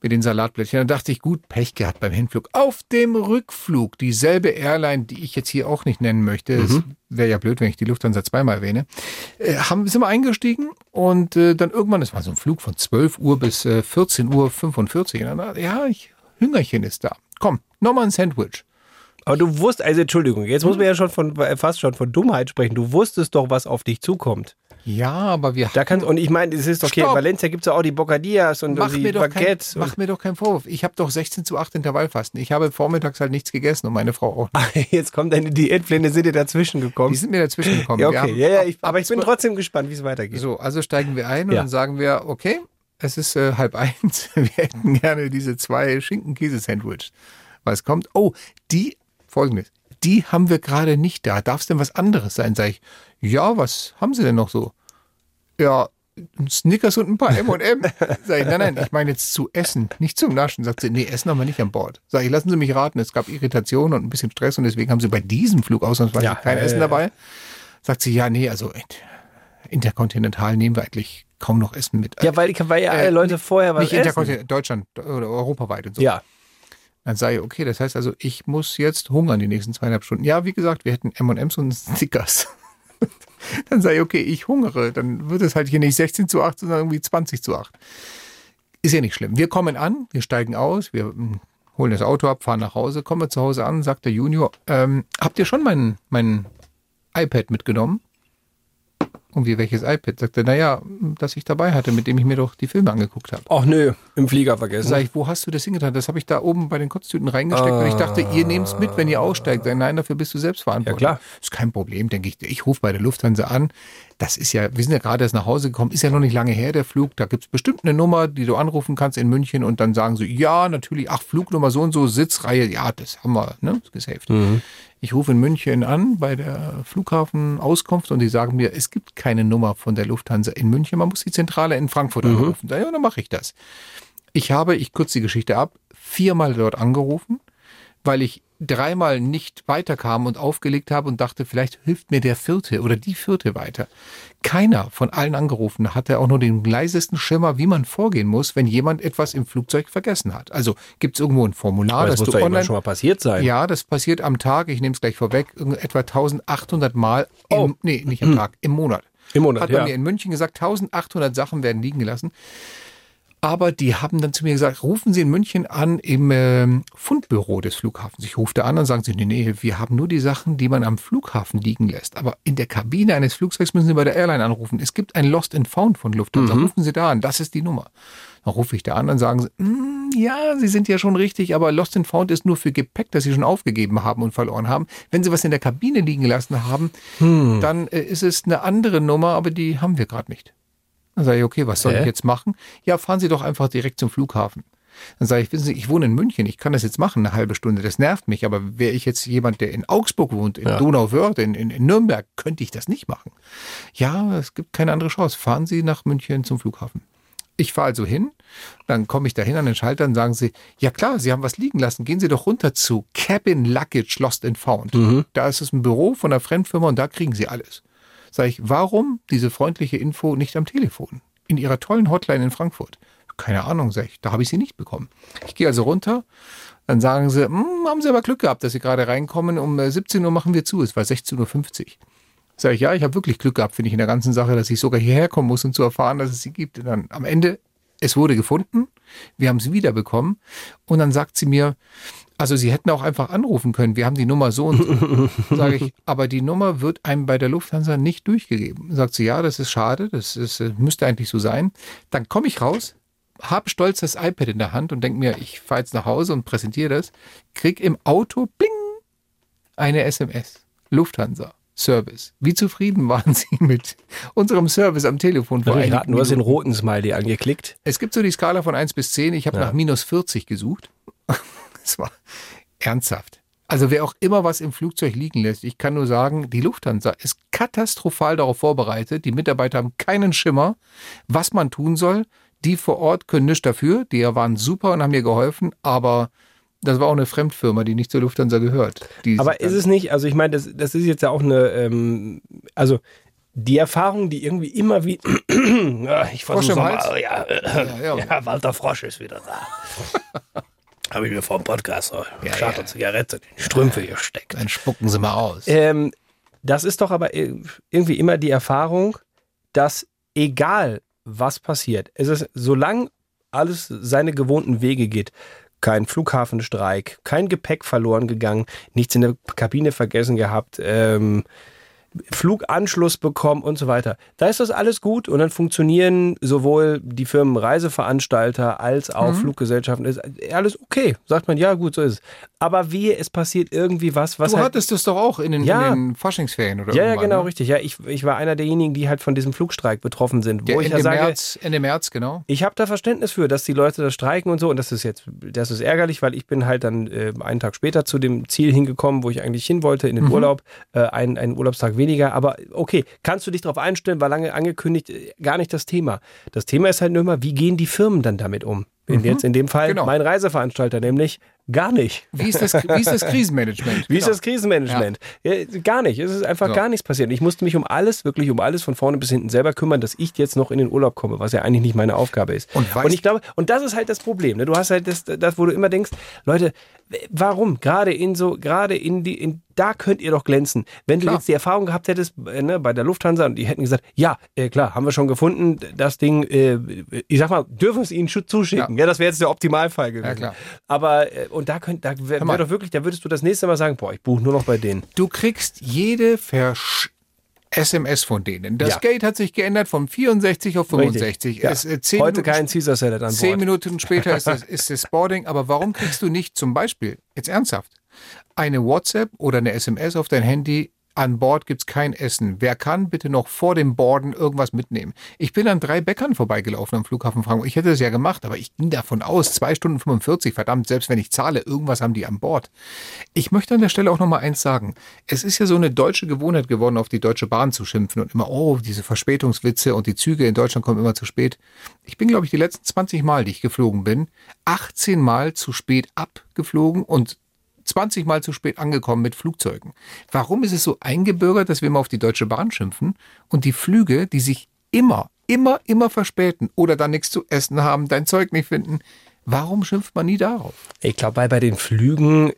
[SPEAKER 3] mit den Salatblättchen. Dann dachte ich, gut, Pech gehabt beim Hinflug. Auf dem Rückflug, dieselbe Airline, die ich jetzt hier auch nicht nennen möchte, es
[SPEAKER 2] Mhm.
[SPEAKER 3] wäre ja blöd, wenn ich die Lufthansa zweimal erwähne, äh, haben, sind wir eingestiegen und äh, dann irgendwann, es war so ein Flug von 12 Uhr bis äh, 14 Uhr 45. Und dann, ja, ich, Hüngerchen ist da. Komm, nochmal ein Sandwich.
[SPEAKER 2] Aber du wusstest, also Entschuldigung, jetzt
[SPEAKER 3] Hm?
[SPEAKER 2] muss man ja schon von, äh, fast schon von Dummheit sprechen. Du wusstest doch, was auf dich zukommt.
[SPEAKER 3] Ja, aber wir
[SPEAKER 2] da kannst, Und ich meine, es ist doch okay, in
[SPEAKER 3] Stopp!
[SPEAKER 2] Valencia gibt es ja auch die Bocadillas und
[SPEAKER 3] mach
[SPEAKER 2] die
[SPEAKER 3] mir, doch kein,
[SPEAKER 2] Baguettes.
[SPEAKER 3] mach mir doch keinen Vorwurf. Ich habe doch 16 zu 8 Intervallfasten. Ich habe vormittags halt nichts gegessen und meine Frau auch
[SPEAKER 2] nicht. Jetzt kommen deine Diätpläne, sind dir dazwischen gekommen?
[SPEAKER 3] Die sind mir dazwischen gekommen.
[SPEAKER 2] Ja,
[SPEAKER 3] Wir
[SPEAKER 2] okay.
[SPEAKER 3] haben
[SPEAKER 2] ja, ja,
[SPEAKER 3] ab-
[SPEAKER 2] ich, aber ich bin
[SPEAKER 3] zwölf-
[SPEAKER 2] trotzdem gespannt, wie es weitergeht.
[SPEAKER 3] So, also steigen wir ein und
[SPEAKER 2] Ja.
[SPEAKER 3] dann sagen wir, okay, es ist äh, halb eins, wir hätten gerne diese zwei Schinken-Käse-Sandwich. Was kommt? Oh, die, folgendes, die haben wir gerade nicht da. Darf es denn was anderes sein? Sag ich, ja, was haben sie denn noch so? Ja, ein Snickers und ein paar M&M. Sag ich, nein, nein, ich meine jetzt zu essen, nicht zum Naschen. Sagt sie, nee, Essen haben wir nicht an Bord. Sag ich, lassen Sie mich raten, es gab Irritationen und ein bisschen Stress und deswegen haben Sie bei diesem Flug ausnahmsweise
[SPEAKER 2] Ja,
[SPEAKER 3] kein
[SPEAKER 2] ja,
[SPEAKER 3] Essen
[SPEAKER 2] ja.
[SPEAKER 3] dabei. Sagt sie, ja, nee, also interkontinental nehmen wir eigentlich kaum noch Essen mit.
[SPEAKER 2] Ja, weil, weil ja alle
[SPEAKER 3] Äh,
[SPEAKER 2] Leute vorher was
[SPEAKER 3] Nicht
[SPEAKER 2] essen.
[SPEAKER 3] interkontinental, Deutschland oder europaweit und so.
[SPEAKER 2] Ja.
[SPEAKER 3] Dann sage ich, okay, das heißt also, ich muss jetzt hungern die nächsten zweieinhalb Stunden. Ja, wie gesagt, wir hätten M&M's und Snickers. Dann sage ich, okay, ich hungere. Dann wird es halt hier nicht 16 zu 8, sondern irgendwie 20 zu 8. Ist ja nicht schlimm. Wir kommen an, wir steigen aus, wir mm, holen das Auto ab, fahren nach Hause, kommen wir zu Hause an, sagt der Junior, ähm, habt ihr schon mein, mein iPad mitgenommen? Und wie welches iPad? Sagt er, naja, das ich dabei hatte, mit dem ich mir doch die Filme angeguckt habe.
[SPEAKER 2] Ach nö, im Flieger vergessen.
[SPEAKER 3] Sag ich, wo hast du das hingetan? Das habe ich da oben bei den Kotztüten reingesteckt und ich dachte, ihr nehmt es mit, wenn ihr aussteigt. Sag ich, nein, dafür bist du selbst verantwortlich. Ja, klar. Ist kein Problem, denke ich. Ich rufe bei der Lufthansa an. Das ist ja, wir sind ja gerade erst nach Hause gekommen, ist ja noch nicht lange her, der Flug. Da gibt es bestimmt eine Nummer, die du anrufen kannst in München und dann sagen sie, ja, natürlich, ach, Flugnummer so und so, Sitzreihe, ja, das haben wir, ne, ist gesaved. Ich rufe in München an bei der Flughafenauskunft und die sagen mir, es gibt keine Nummer von der Lufthansa in München, man muss die Zentrale in Frankfurt anrufen. Sag ich, Ja, dann mache ich das. Ich habe, ich kürze die Geschichte ab, viermal dort angerufen, weil ich dreimal nicht weiterkam und aufgelegt habe und dachte, vielleicht hilft mir der vierte oder die vierte weiter. Keiner von allen Angerufenen hatte auch nur den leisesten Schimmer, wie man vorgehen muss, wenn jemand etwas im Flugzeug vergessen hat. Also gibt es irgendwo ein Formular,
[SPEAKER 2] Aber das
[SPEAKER 3] dass
[SPEAKER 2] muss
[SPEAKER 3] du
[SPEAKER 2] doch irgendwann
[SPEAKER 3] online
[SPEAKER 2] schon mal passiert sein.
[SPEAKER 3] Ja, das passiert am Tag, ich nehme es gleich vorweg, irgend- etwa 1800 Mal im,
[SPEAKER 2] Oh.
[SPEAKER 3] nee, nicht
[SPEAKER 2] Hm.
[SPEAKER 3] am Tag, im Monat.
[SPEAKER 2] Im Monat,
[SPEAKER 3] Hat man
[SPEAKER 2] ja.
[SPEAKER 3] mir in München gesagt, 1800 Sachen werden liegen gelassen. Aber die haben dann zu mir gesagt, rufen Sie in München an im ähm, Fundbüro des Flughafens. Ich rufe da an und sagen sie, nee, nee, wir haben nur die Sachen, die man am Flughafen liegen lässt. Aber in der Kabine eines Flugzeugs müssen Sie bei der Airline anrufen. Es gibt ein Lost and Found von Lufthansa.
[SPEAKER 2] Mhm.
[SPEAKER 3] Rufen Sie da an, das ist die Nummer. Dann rufe ich da an und sagen sie, "Mm, ja, Sie sind ja schon richtig, aber Lost and Found ist nur für Gepäck, das Sie schon aufgegeben haben und verloren haben. Wenn Sie was in der Kabine liegen gelassen haben,
[SPEAKER 2] Hm.
[SPEAKER 3] dann äh, ist es eine andere Nummer, aber die haben wir gerade nicht. Dann sage ich, okay, was soll
[SPEAKER 2] Hä?
[SPEAKER 3] ich jetzt machen? Ja, fahren Sie doch einfach direkt zum Flughafen. Dann sage ich, wissen Sie, ich wohne in München, ich kann das jetzt machen, eine halbe Stunde, das nervt mich, aber wäre ich jetzt jemand, der in Augsburg wohnt, in
[SPEAKER 2] Ja.
[SPEAKER 3] Donauwörth, in, in, in Nürnberg, könnte ich das nicht machen. Ja, es gibt keine andere Chance, fahren Sie nach München zum Flughafen. Ich fahre also hin, dann komme ich da hin an den Schalter und sagen sie, ja klar, Sie haben was liegen lassen, gehen Sie doch runter zu Cabin Luggage Lost and Found. Da ist es ein Büro von einer Fremdfirma und da kriegen Sie alles. Sag ich, warum diese freundliche Info nicht am Telefon? In Ihrer tollen Hotline in Frankfurt. Keine Ahnung, sag ich, da habe ich sie nicht bekommen. Ich gehe also runter, dann sagen sie, "Hm, haben Sie aber Glück gehabt, dass Sie gerade reinkommen, um äh, 17 Uhr machen wir zu, es war 16.50 Uhr. Sag ich, ja, ich habe wirklich Glück gehabt, finde ich, in der ganzen Sache, dass ich sogar hierher kommen muss, um zu erfahren, dass es sie gibt. Und dann am Ende, es wurde gefunden, wir haben sie wiederbekommen. Und dann sagt sie mir, also sie hätten auch einfach anrufen können, wir haben die Nummer so und so. Sage ich, aber die Nummer wird einem bei der Lufthansa nicht durchgegeben. Sagt sie, ja, das ist schade, das ist, äh, müsste eigentlich so sein. Dann komme ich raus, hab stolz das iPad in der Hand und denke mir, ich fahre jetzt nach Hause und präsentiere das, krieg im Auto, bling, eine SMS. Lufthansa. Service. Wie zufrieden waren Sie mit unserem Service am Telefon?
[SPEAKER 2] Lass mich
[SPEAKER 3] einigen
[SPEAKER 2] raten, du hast den
[SPEAKER 3] Minuten?
[SPEAKER 2] roten Smiley angeklickt.
[SPEAKER 3] Es gibt so die Skala von 1 bis 10. Ich habe
[SPEAKER 2] Ja.
[SPEAKER 3] nach minus 40 gesucht. Das war ernsthaft. Also wer auch immer was im Flugzeug liegen lässt, ich kann nur sagen, die Lufthansa ist katastrophal darauf vorbereitet. Die Mitarbeiter haben keinen Schimmer, was man tun soll. Die vor Ort können nichts dafür. Die waren super und haben mir geholfen, aber das war auch eine Fremdfirma, die nicht zur Lufthansa gehört. Die
[SPEAKER 2] Aber
[SPEAKER 3] sich
[SPEAKER 2] ist
[SPEAKER 3] dann-
[SPEAKER 2] es nicht, also ich meine, das, das ist jetzt ja auch eine, ähm, also die Erfahrung, die irgendwie immer wie, Ah, ich
[SPEAKER 3] Frosch
[SPEAKER 2] versuche
[SPEAKER 3] im
[SPEAKER 2] mal,
[SPEAKER 3] Hals?
[SPEAKER 2] Oh, ja, äh, ja, Walter Frosch ist wieder da. Habe ich mir vor dem Podcast oh, ja, Schad und Zigarette in die Strümpfe gesteckt.
[SPEAKER 3] Dann spucken sie mal aus.
[SPEAKER 2] Ähm, das ist doch aber ir- irgendwie immer die Erfahrung, dass egal was passiert, es ist, solange alles seine gewohnten Wege geht, kein Flughafenstreik, kein Gepäck verloren gegangen, nichts in der Kabine vergessen gehabt, ähm, Fluganschluss bekommen und so weiter. Da ist das alles gut und dann funktionieren sowohl die Firmen Reiseveranstalter als auch Fluggesellschaften. Ist alles okay. Sagt man, ja gut, so ist es. Aber wie, es passiert irgendwie was, was
[SPEAKER 3] du
[SPEAKER 2] halt
[SPEAKER 3] hattest das doch auch in den,
[SPEAKER 2] Ja.
[SPEAKER 3] in den Faschingsferien oder
[SPEAKER 2] ja, ja,
[SPEAKER 3] irgendwann,
[SPEAKER 2] genau,
[SPEAKER 3] ne?
[SPEAKER 2] richtig. Ja, ich, ich war einer derjenigen, die halt von diesem Flugstreik betroffen sind, wo
[SPEAKER 3] Der
[SPEAKER 2] ich
[SPEAKER 3] Ende
[SPEAKER 2] ja sage,
[SPEAKER 3] März, Ende März, genau.
[SPEAKER 2] ich habe da Verständnis für, dass die Leute da streiken und so. Und das ist jetzt, das ist ärgerlich, weil ich bin halt
[SPEAKER 3] Mhm.
[SPEAKER 2] dann äh, einen Tag später zu dem Ziel hingekommen, wo ich eigentlich hin wollte, in den Urlaub. Äh, einen, einen Urlaubstag weniger, aber okay, kannst du dich darauf einstellen, war lange angekündigt, äh, gar nicht das Thema. Das Thema ist halt nur immer, wie gehen die Firmen dann damit um? In,
[SPEAKER 3] Mhm.
[SPEAKER 2] Jetzt in dem Fall
[SPEAKER 3] Genau.
[SPEAKER 2] mein Reiseveranstalter, nämlich gar nicht.
[SPEAKER 3] Wie ist das- wie ist das Krisenmanagement?
[SPEAKER 2] Wie ist
[SPEAKER 3] Genau.
[SPEAKER 2] das Krisenmanagement? Ja, gar nicht. Es ist einfach
[SPEAKER 3] So.
[SPEAKER 2] gar nichts passiert. Ich musste mich um alles, wirklich um alles von vorne bis hinten selber kümmern, dass ich jetzt noch in den Urlaub komme, was ja eigentlich nicht meine Aufgabe ist. Und,
[SPEAKER 3] weißt-
[SPEAKER 2] ich glaube, und das ist halt das Problem. Ne? Du hast halt das, das, wo du immer denkst, Leute, w- warum? Gerade in so, gerade in die, in, da könnt ihr doch glänzen. Wenn du
[SPEAKER 3] Klar.
[SPEAKER 2] jetzt die Erfahrung gehabt hättest äh, ne, bei der Lufthansa und die hätten gesagt, ja, äh, klar, haben wir schon gefunden, das Ding, äh, ich sag mal, dürfen wir es ihnen schu- zuschicken. Ja. das wäre jetzt der Optimalfall gewesen.
[SPEAKER 3] klar.
[SPEAKER 2] Aber äh, und da könnt, da wär,
[SPEAKER 3] mal.
[SPEAKER 2] wär doch wirklich, da würdest du das nächste Mal sagen, boah, ich buche nur noch bei denen.
[SPEAKER 3] Du kriegst jede Versch SMS von denen. Das
[SPEAKER 2] Ja.
[SPEAKER 3] Gate hat sich geändert von 64 auf 65.
[SPEAKER 2] Richtig. Ja.
[SPEAKER 3] Es, äh, zehn
[SPEAKER 2] Heute
[SPEAKER 3] Minuten-
[SPEAKER 2] kein Caesar Salad an
[SPEAKER 3] Zehn
[SPEAKER 2] Bord.
[SPEAKER 3] Minuten später ist das, ist das Boarding. Aber warum kriegst du nicht zum Beispiel, jetzt ernsthaft, eine WhatsApp oder eine SMS auf dein Handy? An Bord gibt's kein Essen. Wer kann bitte noch vor dem Borden irgendwas mitnehmen? Ich bin an drei Bäckern vorbeigelaufen am Flughafen Frankfurt. Ich hätte es ja gemacht, aber ich ging davon aus, zwei Stunden 45, verdammt, selbst wenn ich zahle, irgendwas haben die an Bord. Ich möchte an der Stelle auch noch mal eins sagen. Es ist ja so eine deutsche Gewohnheit geworden, auf die Deutsche Bahn zu schimpfen und immer, oh, diese Verspätungswitze und die Züge in Deutschland kommen immer zu spät. Ich bin, glaube ich, die letzten 20 Mal, die ich geflogen bin, 18 Mal zu spät abgeflogen und 20 Mal zu spät angekommen mit Flugzeugen. Warum ist es so eingebürgert, dass wir immer auf die Deutsche Bahn schimpfen und die Flüge, die sich immer, immer, immer verspäten oder dann nichts zu essen haben, dein Zeug nicht finden, warum schimpft man nie darauf?
[SPEAKER 2] Ich glaube, weil bei den Flügen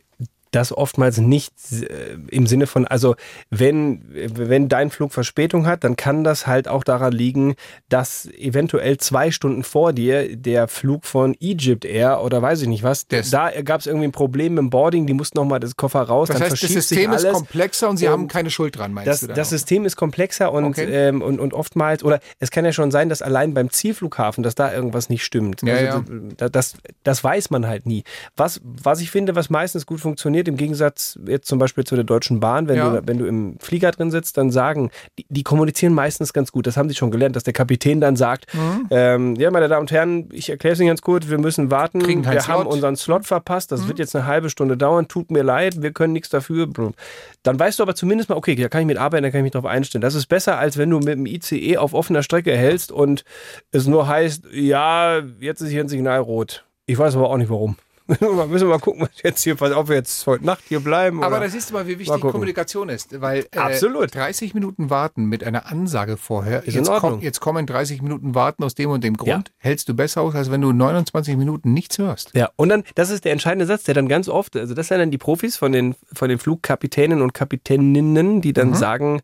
[SPEAKER 2] das oftmals nicht äh, im Sinne von, also wenn, wenn dein Flug Verspätung hat, dann kann das halt auch daran liegen, dass eventuell zwei Stunden vor dir der Flug von Egypt Air oder weiß ich nicht was, da gab es irgendwie ein Problem im Boarding, die mussten nochmal das Koffer raus,
[SPEAKER 3] Das
[SPEAKER 2] dann
[SPEAKER 3] heißt, das
[SPEAKER 2] verschiebt sich
[SPEAKER 3] System ist
[SPEAKER 2] alles.
[SPEAKER 3] komplexer und sie haben keine Schuld dran, meinst
[SPEAKER 2] das,
[SPEAKER 3] du dann
[SPEAKER 2] Das
[SPEAKER 3] auch?
[SPEAKER 2] System ist komplexer und,
[SPEAKER 3] Okay.
[SPEAKER 2] ähm, und, und oftmals, oder es kann ja schon sein, dass allein beim Zielflughafen, dass da irgendwas nicht stimmt.
[SPEAKER 3] Ja,
[SPEAKER 2] also, da- Das, das weiß man halt nie. Was, was ich finde, was meistens gut funktioniert, im Gegensatz jetzt zum Beispiel zu der Deutschen Bahn, wenn,
[SPEAKER 3] Ja.
[SPEAKER 2] du, wenn du im Flieger drin sitzt, dann sagen, die, die kommunizieren meistens ganz gut. Das haben sie schon gelernt, dass der Kapitän dann sagt,
[SPEAKER 3] Mhm.
[SPEAKER 2] ähm, ja, meine Damen und Herren, ich erkläre es Ihnen ganz kurz, wir müssen warten,
[SPEAKER 3] Kriegen keinen
[SPEAKER 2] wir haben
[SPEAKER 3] Slot.
[SPEAKER 2] unseren Slot verpasst, das wird jetzt eine halbe Stunde dauern, tut mir leid, wir können nichts dafür. Blub. Dann weißt du aber zumindest mal, okay, da kann ich mitarbeiten, da kann ich mich drauf einstellen. Das ist besser, als wenn du mit dem ICE auf offener Strecke hältst und es nur heißt, ja, jetzt ist hier ein Signal rot. Ich weiß aber auch nicht warum. Wir müssen mal gucken, was jetzt hier, pass auf, jetzt heute Nacht hier bleiben.
[SPEAKER 3] Aber
[SPEAKER 2] oder-
[SPEAKER 3] da siehst du mal, wie
[SPEAKER 2] Mal
[SPEAKER 3] wichtig
[SPEAKER 2] gucken.
[SPEAKER 3] Kommunikation ist, weil äh,
[SPEAKER 2] Absolut.
[SPEAKER 3] 30 Minuten warten mit einer Ansage vorher,
[SPEAKER 2] Ist in
[SPEAKER 3] jetzt,
[SPEAKER 2] Ordnung.
[SPEAKER 3] kommt, jetzt kommen 30 Minuten warten aus dem und dem Grund,
[SPEAKER 2] Ja.
[SPEAKER 3] hältst du besser aus, als wenn du 29 Minuten nichts hörst.
[SPEAKER 2] Ja, und dann, das ist der entscheidende Satz, der dann ganz oft, also das sind dann die Profis von den, von den Flugkapitänen und Kapitäninnen, die dann
[SPEAKER 3] Mhm.
[SPEAKER 2] sagen,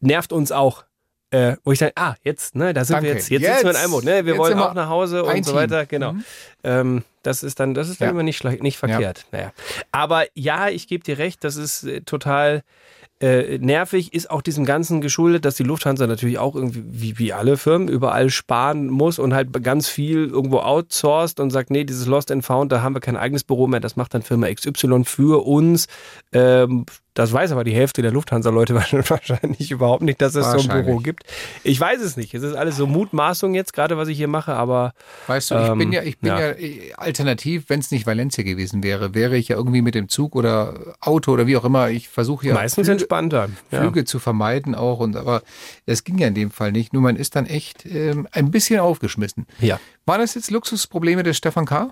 [SPEAKER 2] nervt uns auch. Äh, wo ich dann, ah, jetzt, ne, da sind
[SPEAKER 3] Danke.
[SPEAKER 2] wir jetzt, jetzt, sitzen wir in einem Boot, ne, wir
[SPEAKER 3] Jetzt
[SPEAKER 2] wollen
[SPEAKER 3] sind wir
[SPEAKER 2] auch nach Hause
[SPEAKER 3] ein
[SPEAKER 2] und so
[SPEAKER 3] Team.
[SPEAKER 2] weiter, genau.
[SPEAKER 3] Mhm.
[SPEAKER 2] Ähm, das ist dann, das ist dann
[SPEAKER 3] Ja.
[SPEAKER 2] immer nicht, schlecht- nicht verkehrt. Naja. Aber ja, ich gebe dir recht, das ist äh, total äh, nervig, ist auch diesem Ganzen geschuldet, dass die Lufthansa natürlich auch irgendwie, wie, wie alle Firmen, überall sparen muss und halt ganz viel irgendwo outsourced und sagt, nee, dieses Lost and Found, da haben wir kein eigenes Büro mehr, das macht dann Firma XY für uns. Ähm, das weiß aber die Hälfte der Lufthansa-Leute wahrscheinlich überhaupt nicht, dass es so ein
[SPEAKER 3] Wahrscheinlich.
[SPEAKER 2] Büro gibt. Ich weiß es nicht. Es ist alles so Mutmaßung jetzt, gerade was ich hier mache, aber.
[SPEAKER 3] Weißt du, ich
[SPEAKER 2] ähm,
[SPEAKER 3] bin ja, ich bin ja, äh, alternativ, wenn es nicht Valencia gewesen wäre, wäre ich ja irgendwie mit dem Zug oder Auto oder wie auch immer. Ich versuche ja
[SPEAKER 2] Meistens entspannter. Ja.
[SPEAKER 3] Flüge zu vermeiden auch und aber das ging ja in dem Fall nicht. Nur man ist dann echt ähm, ein bisschen aufgeschmissen.
[SPEAKER 2] Ja.
[SPEAKER 3] Waren das jetzt Luxusprobleme des Stefan K?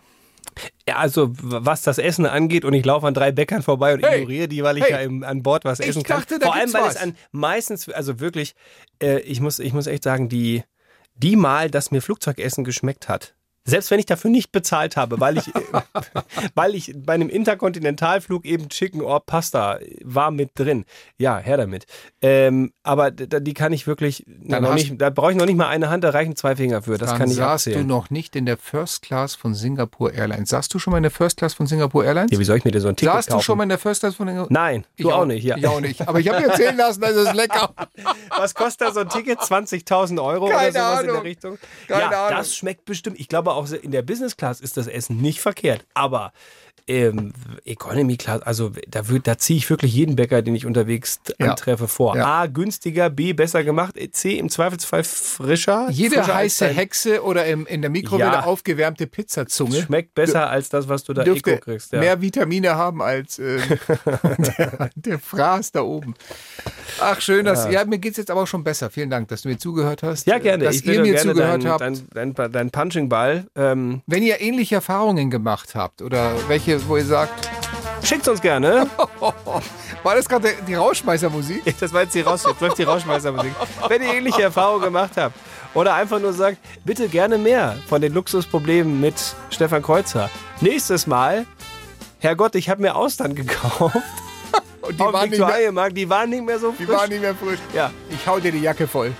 [SPEAKER 2] Ja, also w- was das Essen angeht und ich laufe an drei Bäckern vorbei und ignoriere die, weil ich
[SPEAKER 3] Hey.
[SPEAKER 2] ja im, an Bord was
[SPEAKER 3] Ich
[SPEAKER 2] essen kann.
[SPEAKER 3] dachte, da
[SPEAKER 2] Vor allem,
[SPEAKER 3] gibt's
[SPEAKER 2] weil
[SPEAKER 3] was.
[SPEAKER 2] es an meistens, also wirklich, äh, ich, muss, ich muss echt sagen, die, die Mal, dass mir Flugzeugessen geschmeckt hat, selbst wenn ich dafür nicht bezahlt habe, weil ich, äh, weil ich bei einem Interkontinentalflug eben Chicken or Pasta äh, war mit drin. Ja, her damit. Ähm, aber d- d- die kann ich wirklich,
[SPEAKER 3] Dann
[SPEAKER 2] noch
[SPEAKER 3] hast-
[SPEAKER 2] nicht, da brauche ich noch nicht mal eine Hand, da reichen zwei Finger für. Das
[SPEAKER 3] Dann
[SPEAKER 2] kann ich
[SPEAKER 3] saßt
[SPEAKER 2] abzählen.
[SPEAKER 3] du noch nicht in der First Class von Singapore Airlines. Saßt du schon mal in der First Class von Singapore Airlines?
[SPEAKER 2] Ja, wie soll ich mir denn so ein Ticket
[SPEAKER 3] saßt
[SPEAKER 2] kaufen?
[SPEAKER 3] du schon mal in der First Class von Singapore
[SPEAKER 2] Nein, du
[SPEAKER 3] Ich
[SPEAKER 2] auch,
[SPEAKER 3] auch-
[SPEAKER 2] nicht. Ja.
[SPEAKER 3] ich auch nicht. Aber ich hab mir erzählen lassen, das ist lecker.
[SPEAKER 2] Was kostet da so ein Ticket? 20.000 Euro
[SPEAKER 3] Keine
[SPEAKER 2] oder sowas in der
[SPEAKER 3] Ahnung.
[SPEAKER 2] Richtung?
[SPEAKER 3] Keine
[SPEAKER 2] ja,
[SPEAKER 3] Ahnung.
[SPEAKER 2] das schmeckt bestimmt. Ich glaube auch in der Business Class ist das Essen nicht verkehrt. Aber ähm, Economy Class, also da, würd- da ziehe ich wirklich jeden Bäcker, den ich unterwegs
[SPEAKER 3] Ja.
[SPEAKER 2] antreffe, vor.
[SPEAKER 3] Ja.
[SPEAKER 2] A, günstiger, B, besser gemacht, C, im Zweifelsfall frischer.
[SPEAKER 3] Jede
[SPEAKER 2] frischer als
[SPEAKER 3] heiße
[SPEAKER 2] dein-
[SPEAKER 3] Hexe oder im, in der Mikrowelle
[SPEAKER 2] Ja.
[SPEAKER 3] aufgewärmte Pizzazunge
[SPEAKER 2] Schmeckt besser als das, was du da
[SPEAKER 3] dürfte
[SPEAKER 2] Eco Äh, kriegst. Ja.
[SPEAKER 3] mehr Vitamine haben als ähm, der, der Fraß da oben. Ach, schön, dass.
[SPEAKER 2] Ja.
[SPEAKER 3] Ja, mir geht es jetzt aber auch schon besser. Vielen Dank, dass du mir zugehört hast.
[SPEAKER 2] ja, gerne.
[SPEAKER 3] Dass
[SPEAKER 2] ich bin
[SPEAKER 3] ihr mir
[SPEAKER 2] gerne
[SPEAKER 3] zugehört
[SPEAKER 2] dein,
[SPEAKER 3] habt.
[SPEAKER 2] Dein, dein, dein Punching-Ball. Ähm,
[SPEAKER 3] Wenn ihr ähnliche Erfahrungen gemacht habt oder welche, wo ihr sagt. oh,
[SPEAKER 2] Schickt uns gerne.
[SPEAKER 3] War das gerade die Rauschmeißermusik?
[SPEAKER 2] Das war jetzt die Raus jetzt läuft die Rauschmeistermusik. Wenn ihr ähnliche Erfahrungen gemacht habt oder einfach nur sagt, bitte gerne mehr von den Luxusproblemen mit Stefan Kreuzer. Nächstes Mal, Herrgott, ich habe mir Austern gekauft.
[SPEAKER 3] Und
[SPEAKER 2] die
[SPEAKER 3] waren nicht mehr-
[SPEAKER 2] die waren nicht mehr so frisch.
[SPEAKER 3] Die waren nicht mehr frisch.
[SPEAKER 2] Ja.
[SPEAKER 3] Ich hau dir die Jacke voll.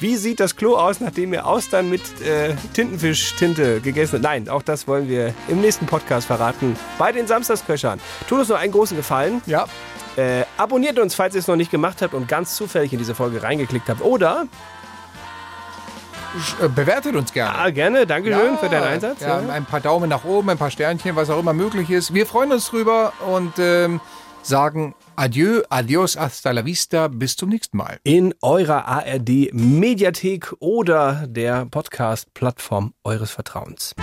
[SPEAKER 2] Wie sieht das Klo aus, nachdem ihr Austern mit äh, Tintenfisch-Tinte gegessen habt? Nein, auch das wollen wir im nächsten Podcast verraten. Bei den Samstagsköchern. Tut uns nur einen großen Gefallen.
[SPEAKER 3] Ja.
[SPEAKER 2] Äh, abonniert uns, falls ihr es noch nicht gemacht habt und ganz zufällig in diese Folge reingeklickt habt. Oder
[SPEAKER 3] Sch- äh, Bewertet uns gerne.
[SPEAKER 2] Ah, gerne. Dankeschön für deinen Einsatz.
[SPEAKER 3] Ja, Ein paar Daumen nach oben, ein paar Sternchen, was auch immer möglich ist. Wir freuen uns drüber und ähm, sagen Adieu, adios, hasta la vista. Bis zum nächsten Mal.
[SPEAKER 2] In eurer ARD Mediathek oder der Podcast-Plattform eures Vertrauens.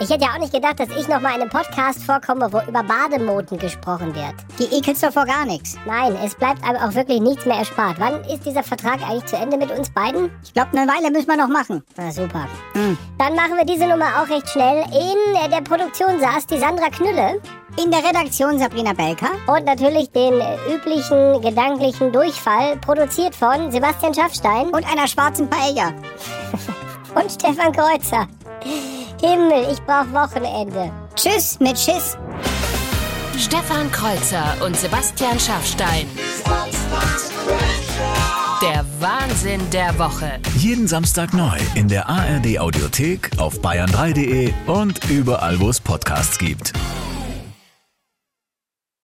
[SPEAKER 1] Ich hätte ja auch nicht gedacht, dass ich nochmal in einem Podcast vorkomme, wo über Bademoden gesprochen wird. Die ekelst doch vor gar nichts. Nein, es bleibt einem auch wirklich nichts mehr erspart. Wann ist dieser Vertrag eigentlich zu Ende mit uns beiden? Ich glaube, eine Weile müssen wir noch machen. Hm. Na super. Dann machen wir diese Nummer auch recht schnell. In äh, der Produktion saß die Sandra Knülle. In der Redaktion Sabrina Belka. Und natürlich den äh, üblichen gedanklichen Durchfall, produziert von Sebastian Schaffstein. Und einer schwarzen Paella. Und Stefan Kreuzer. Himmel, ich brauch Wochenende. Tschüss mit Schiss.
[SPEAKER 4] Stefan Kreuzer und Sebastian Schaffstein. Der Wahnsinn der Woche.
[SPEAKER 15] Jeden Samstag neu in der ARD Audiothek auf bayern3.de und überall, wo es Podcasts gibt.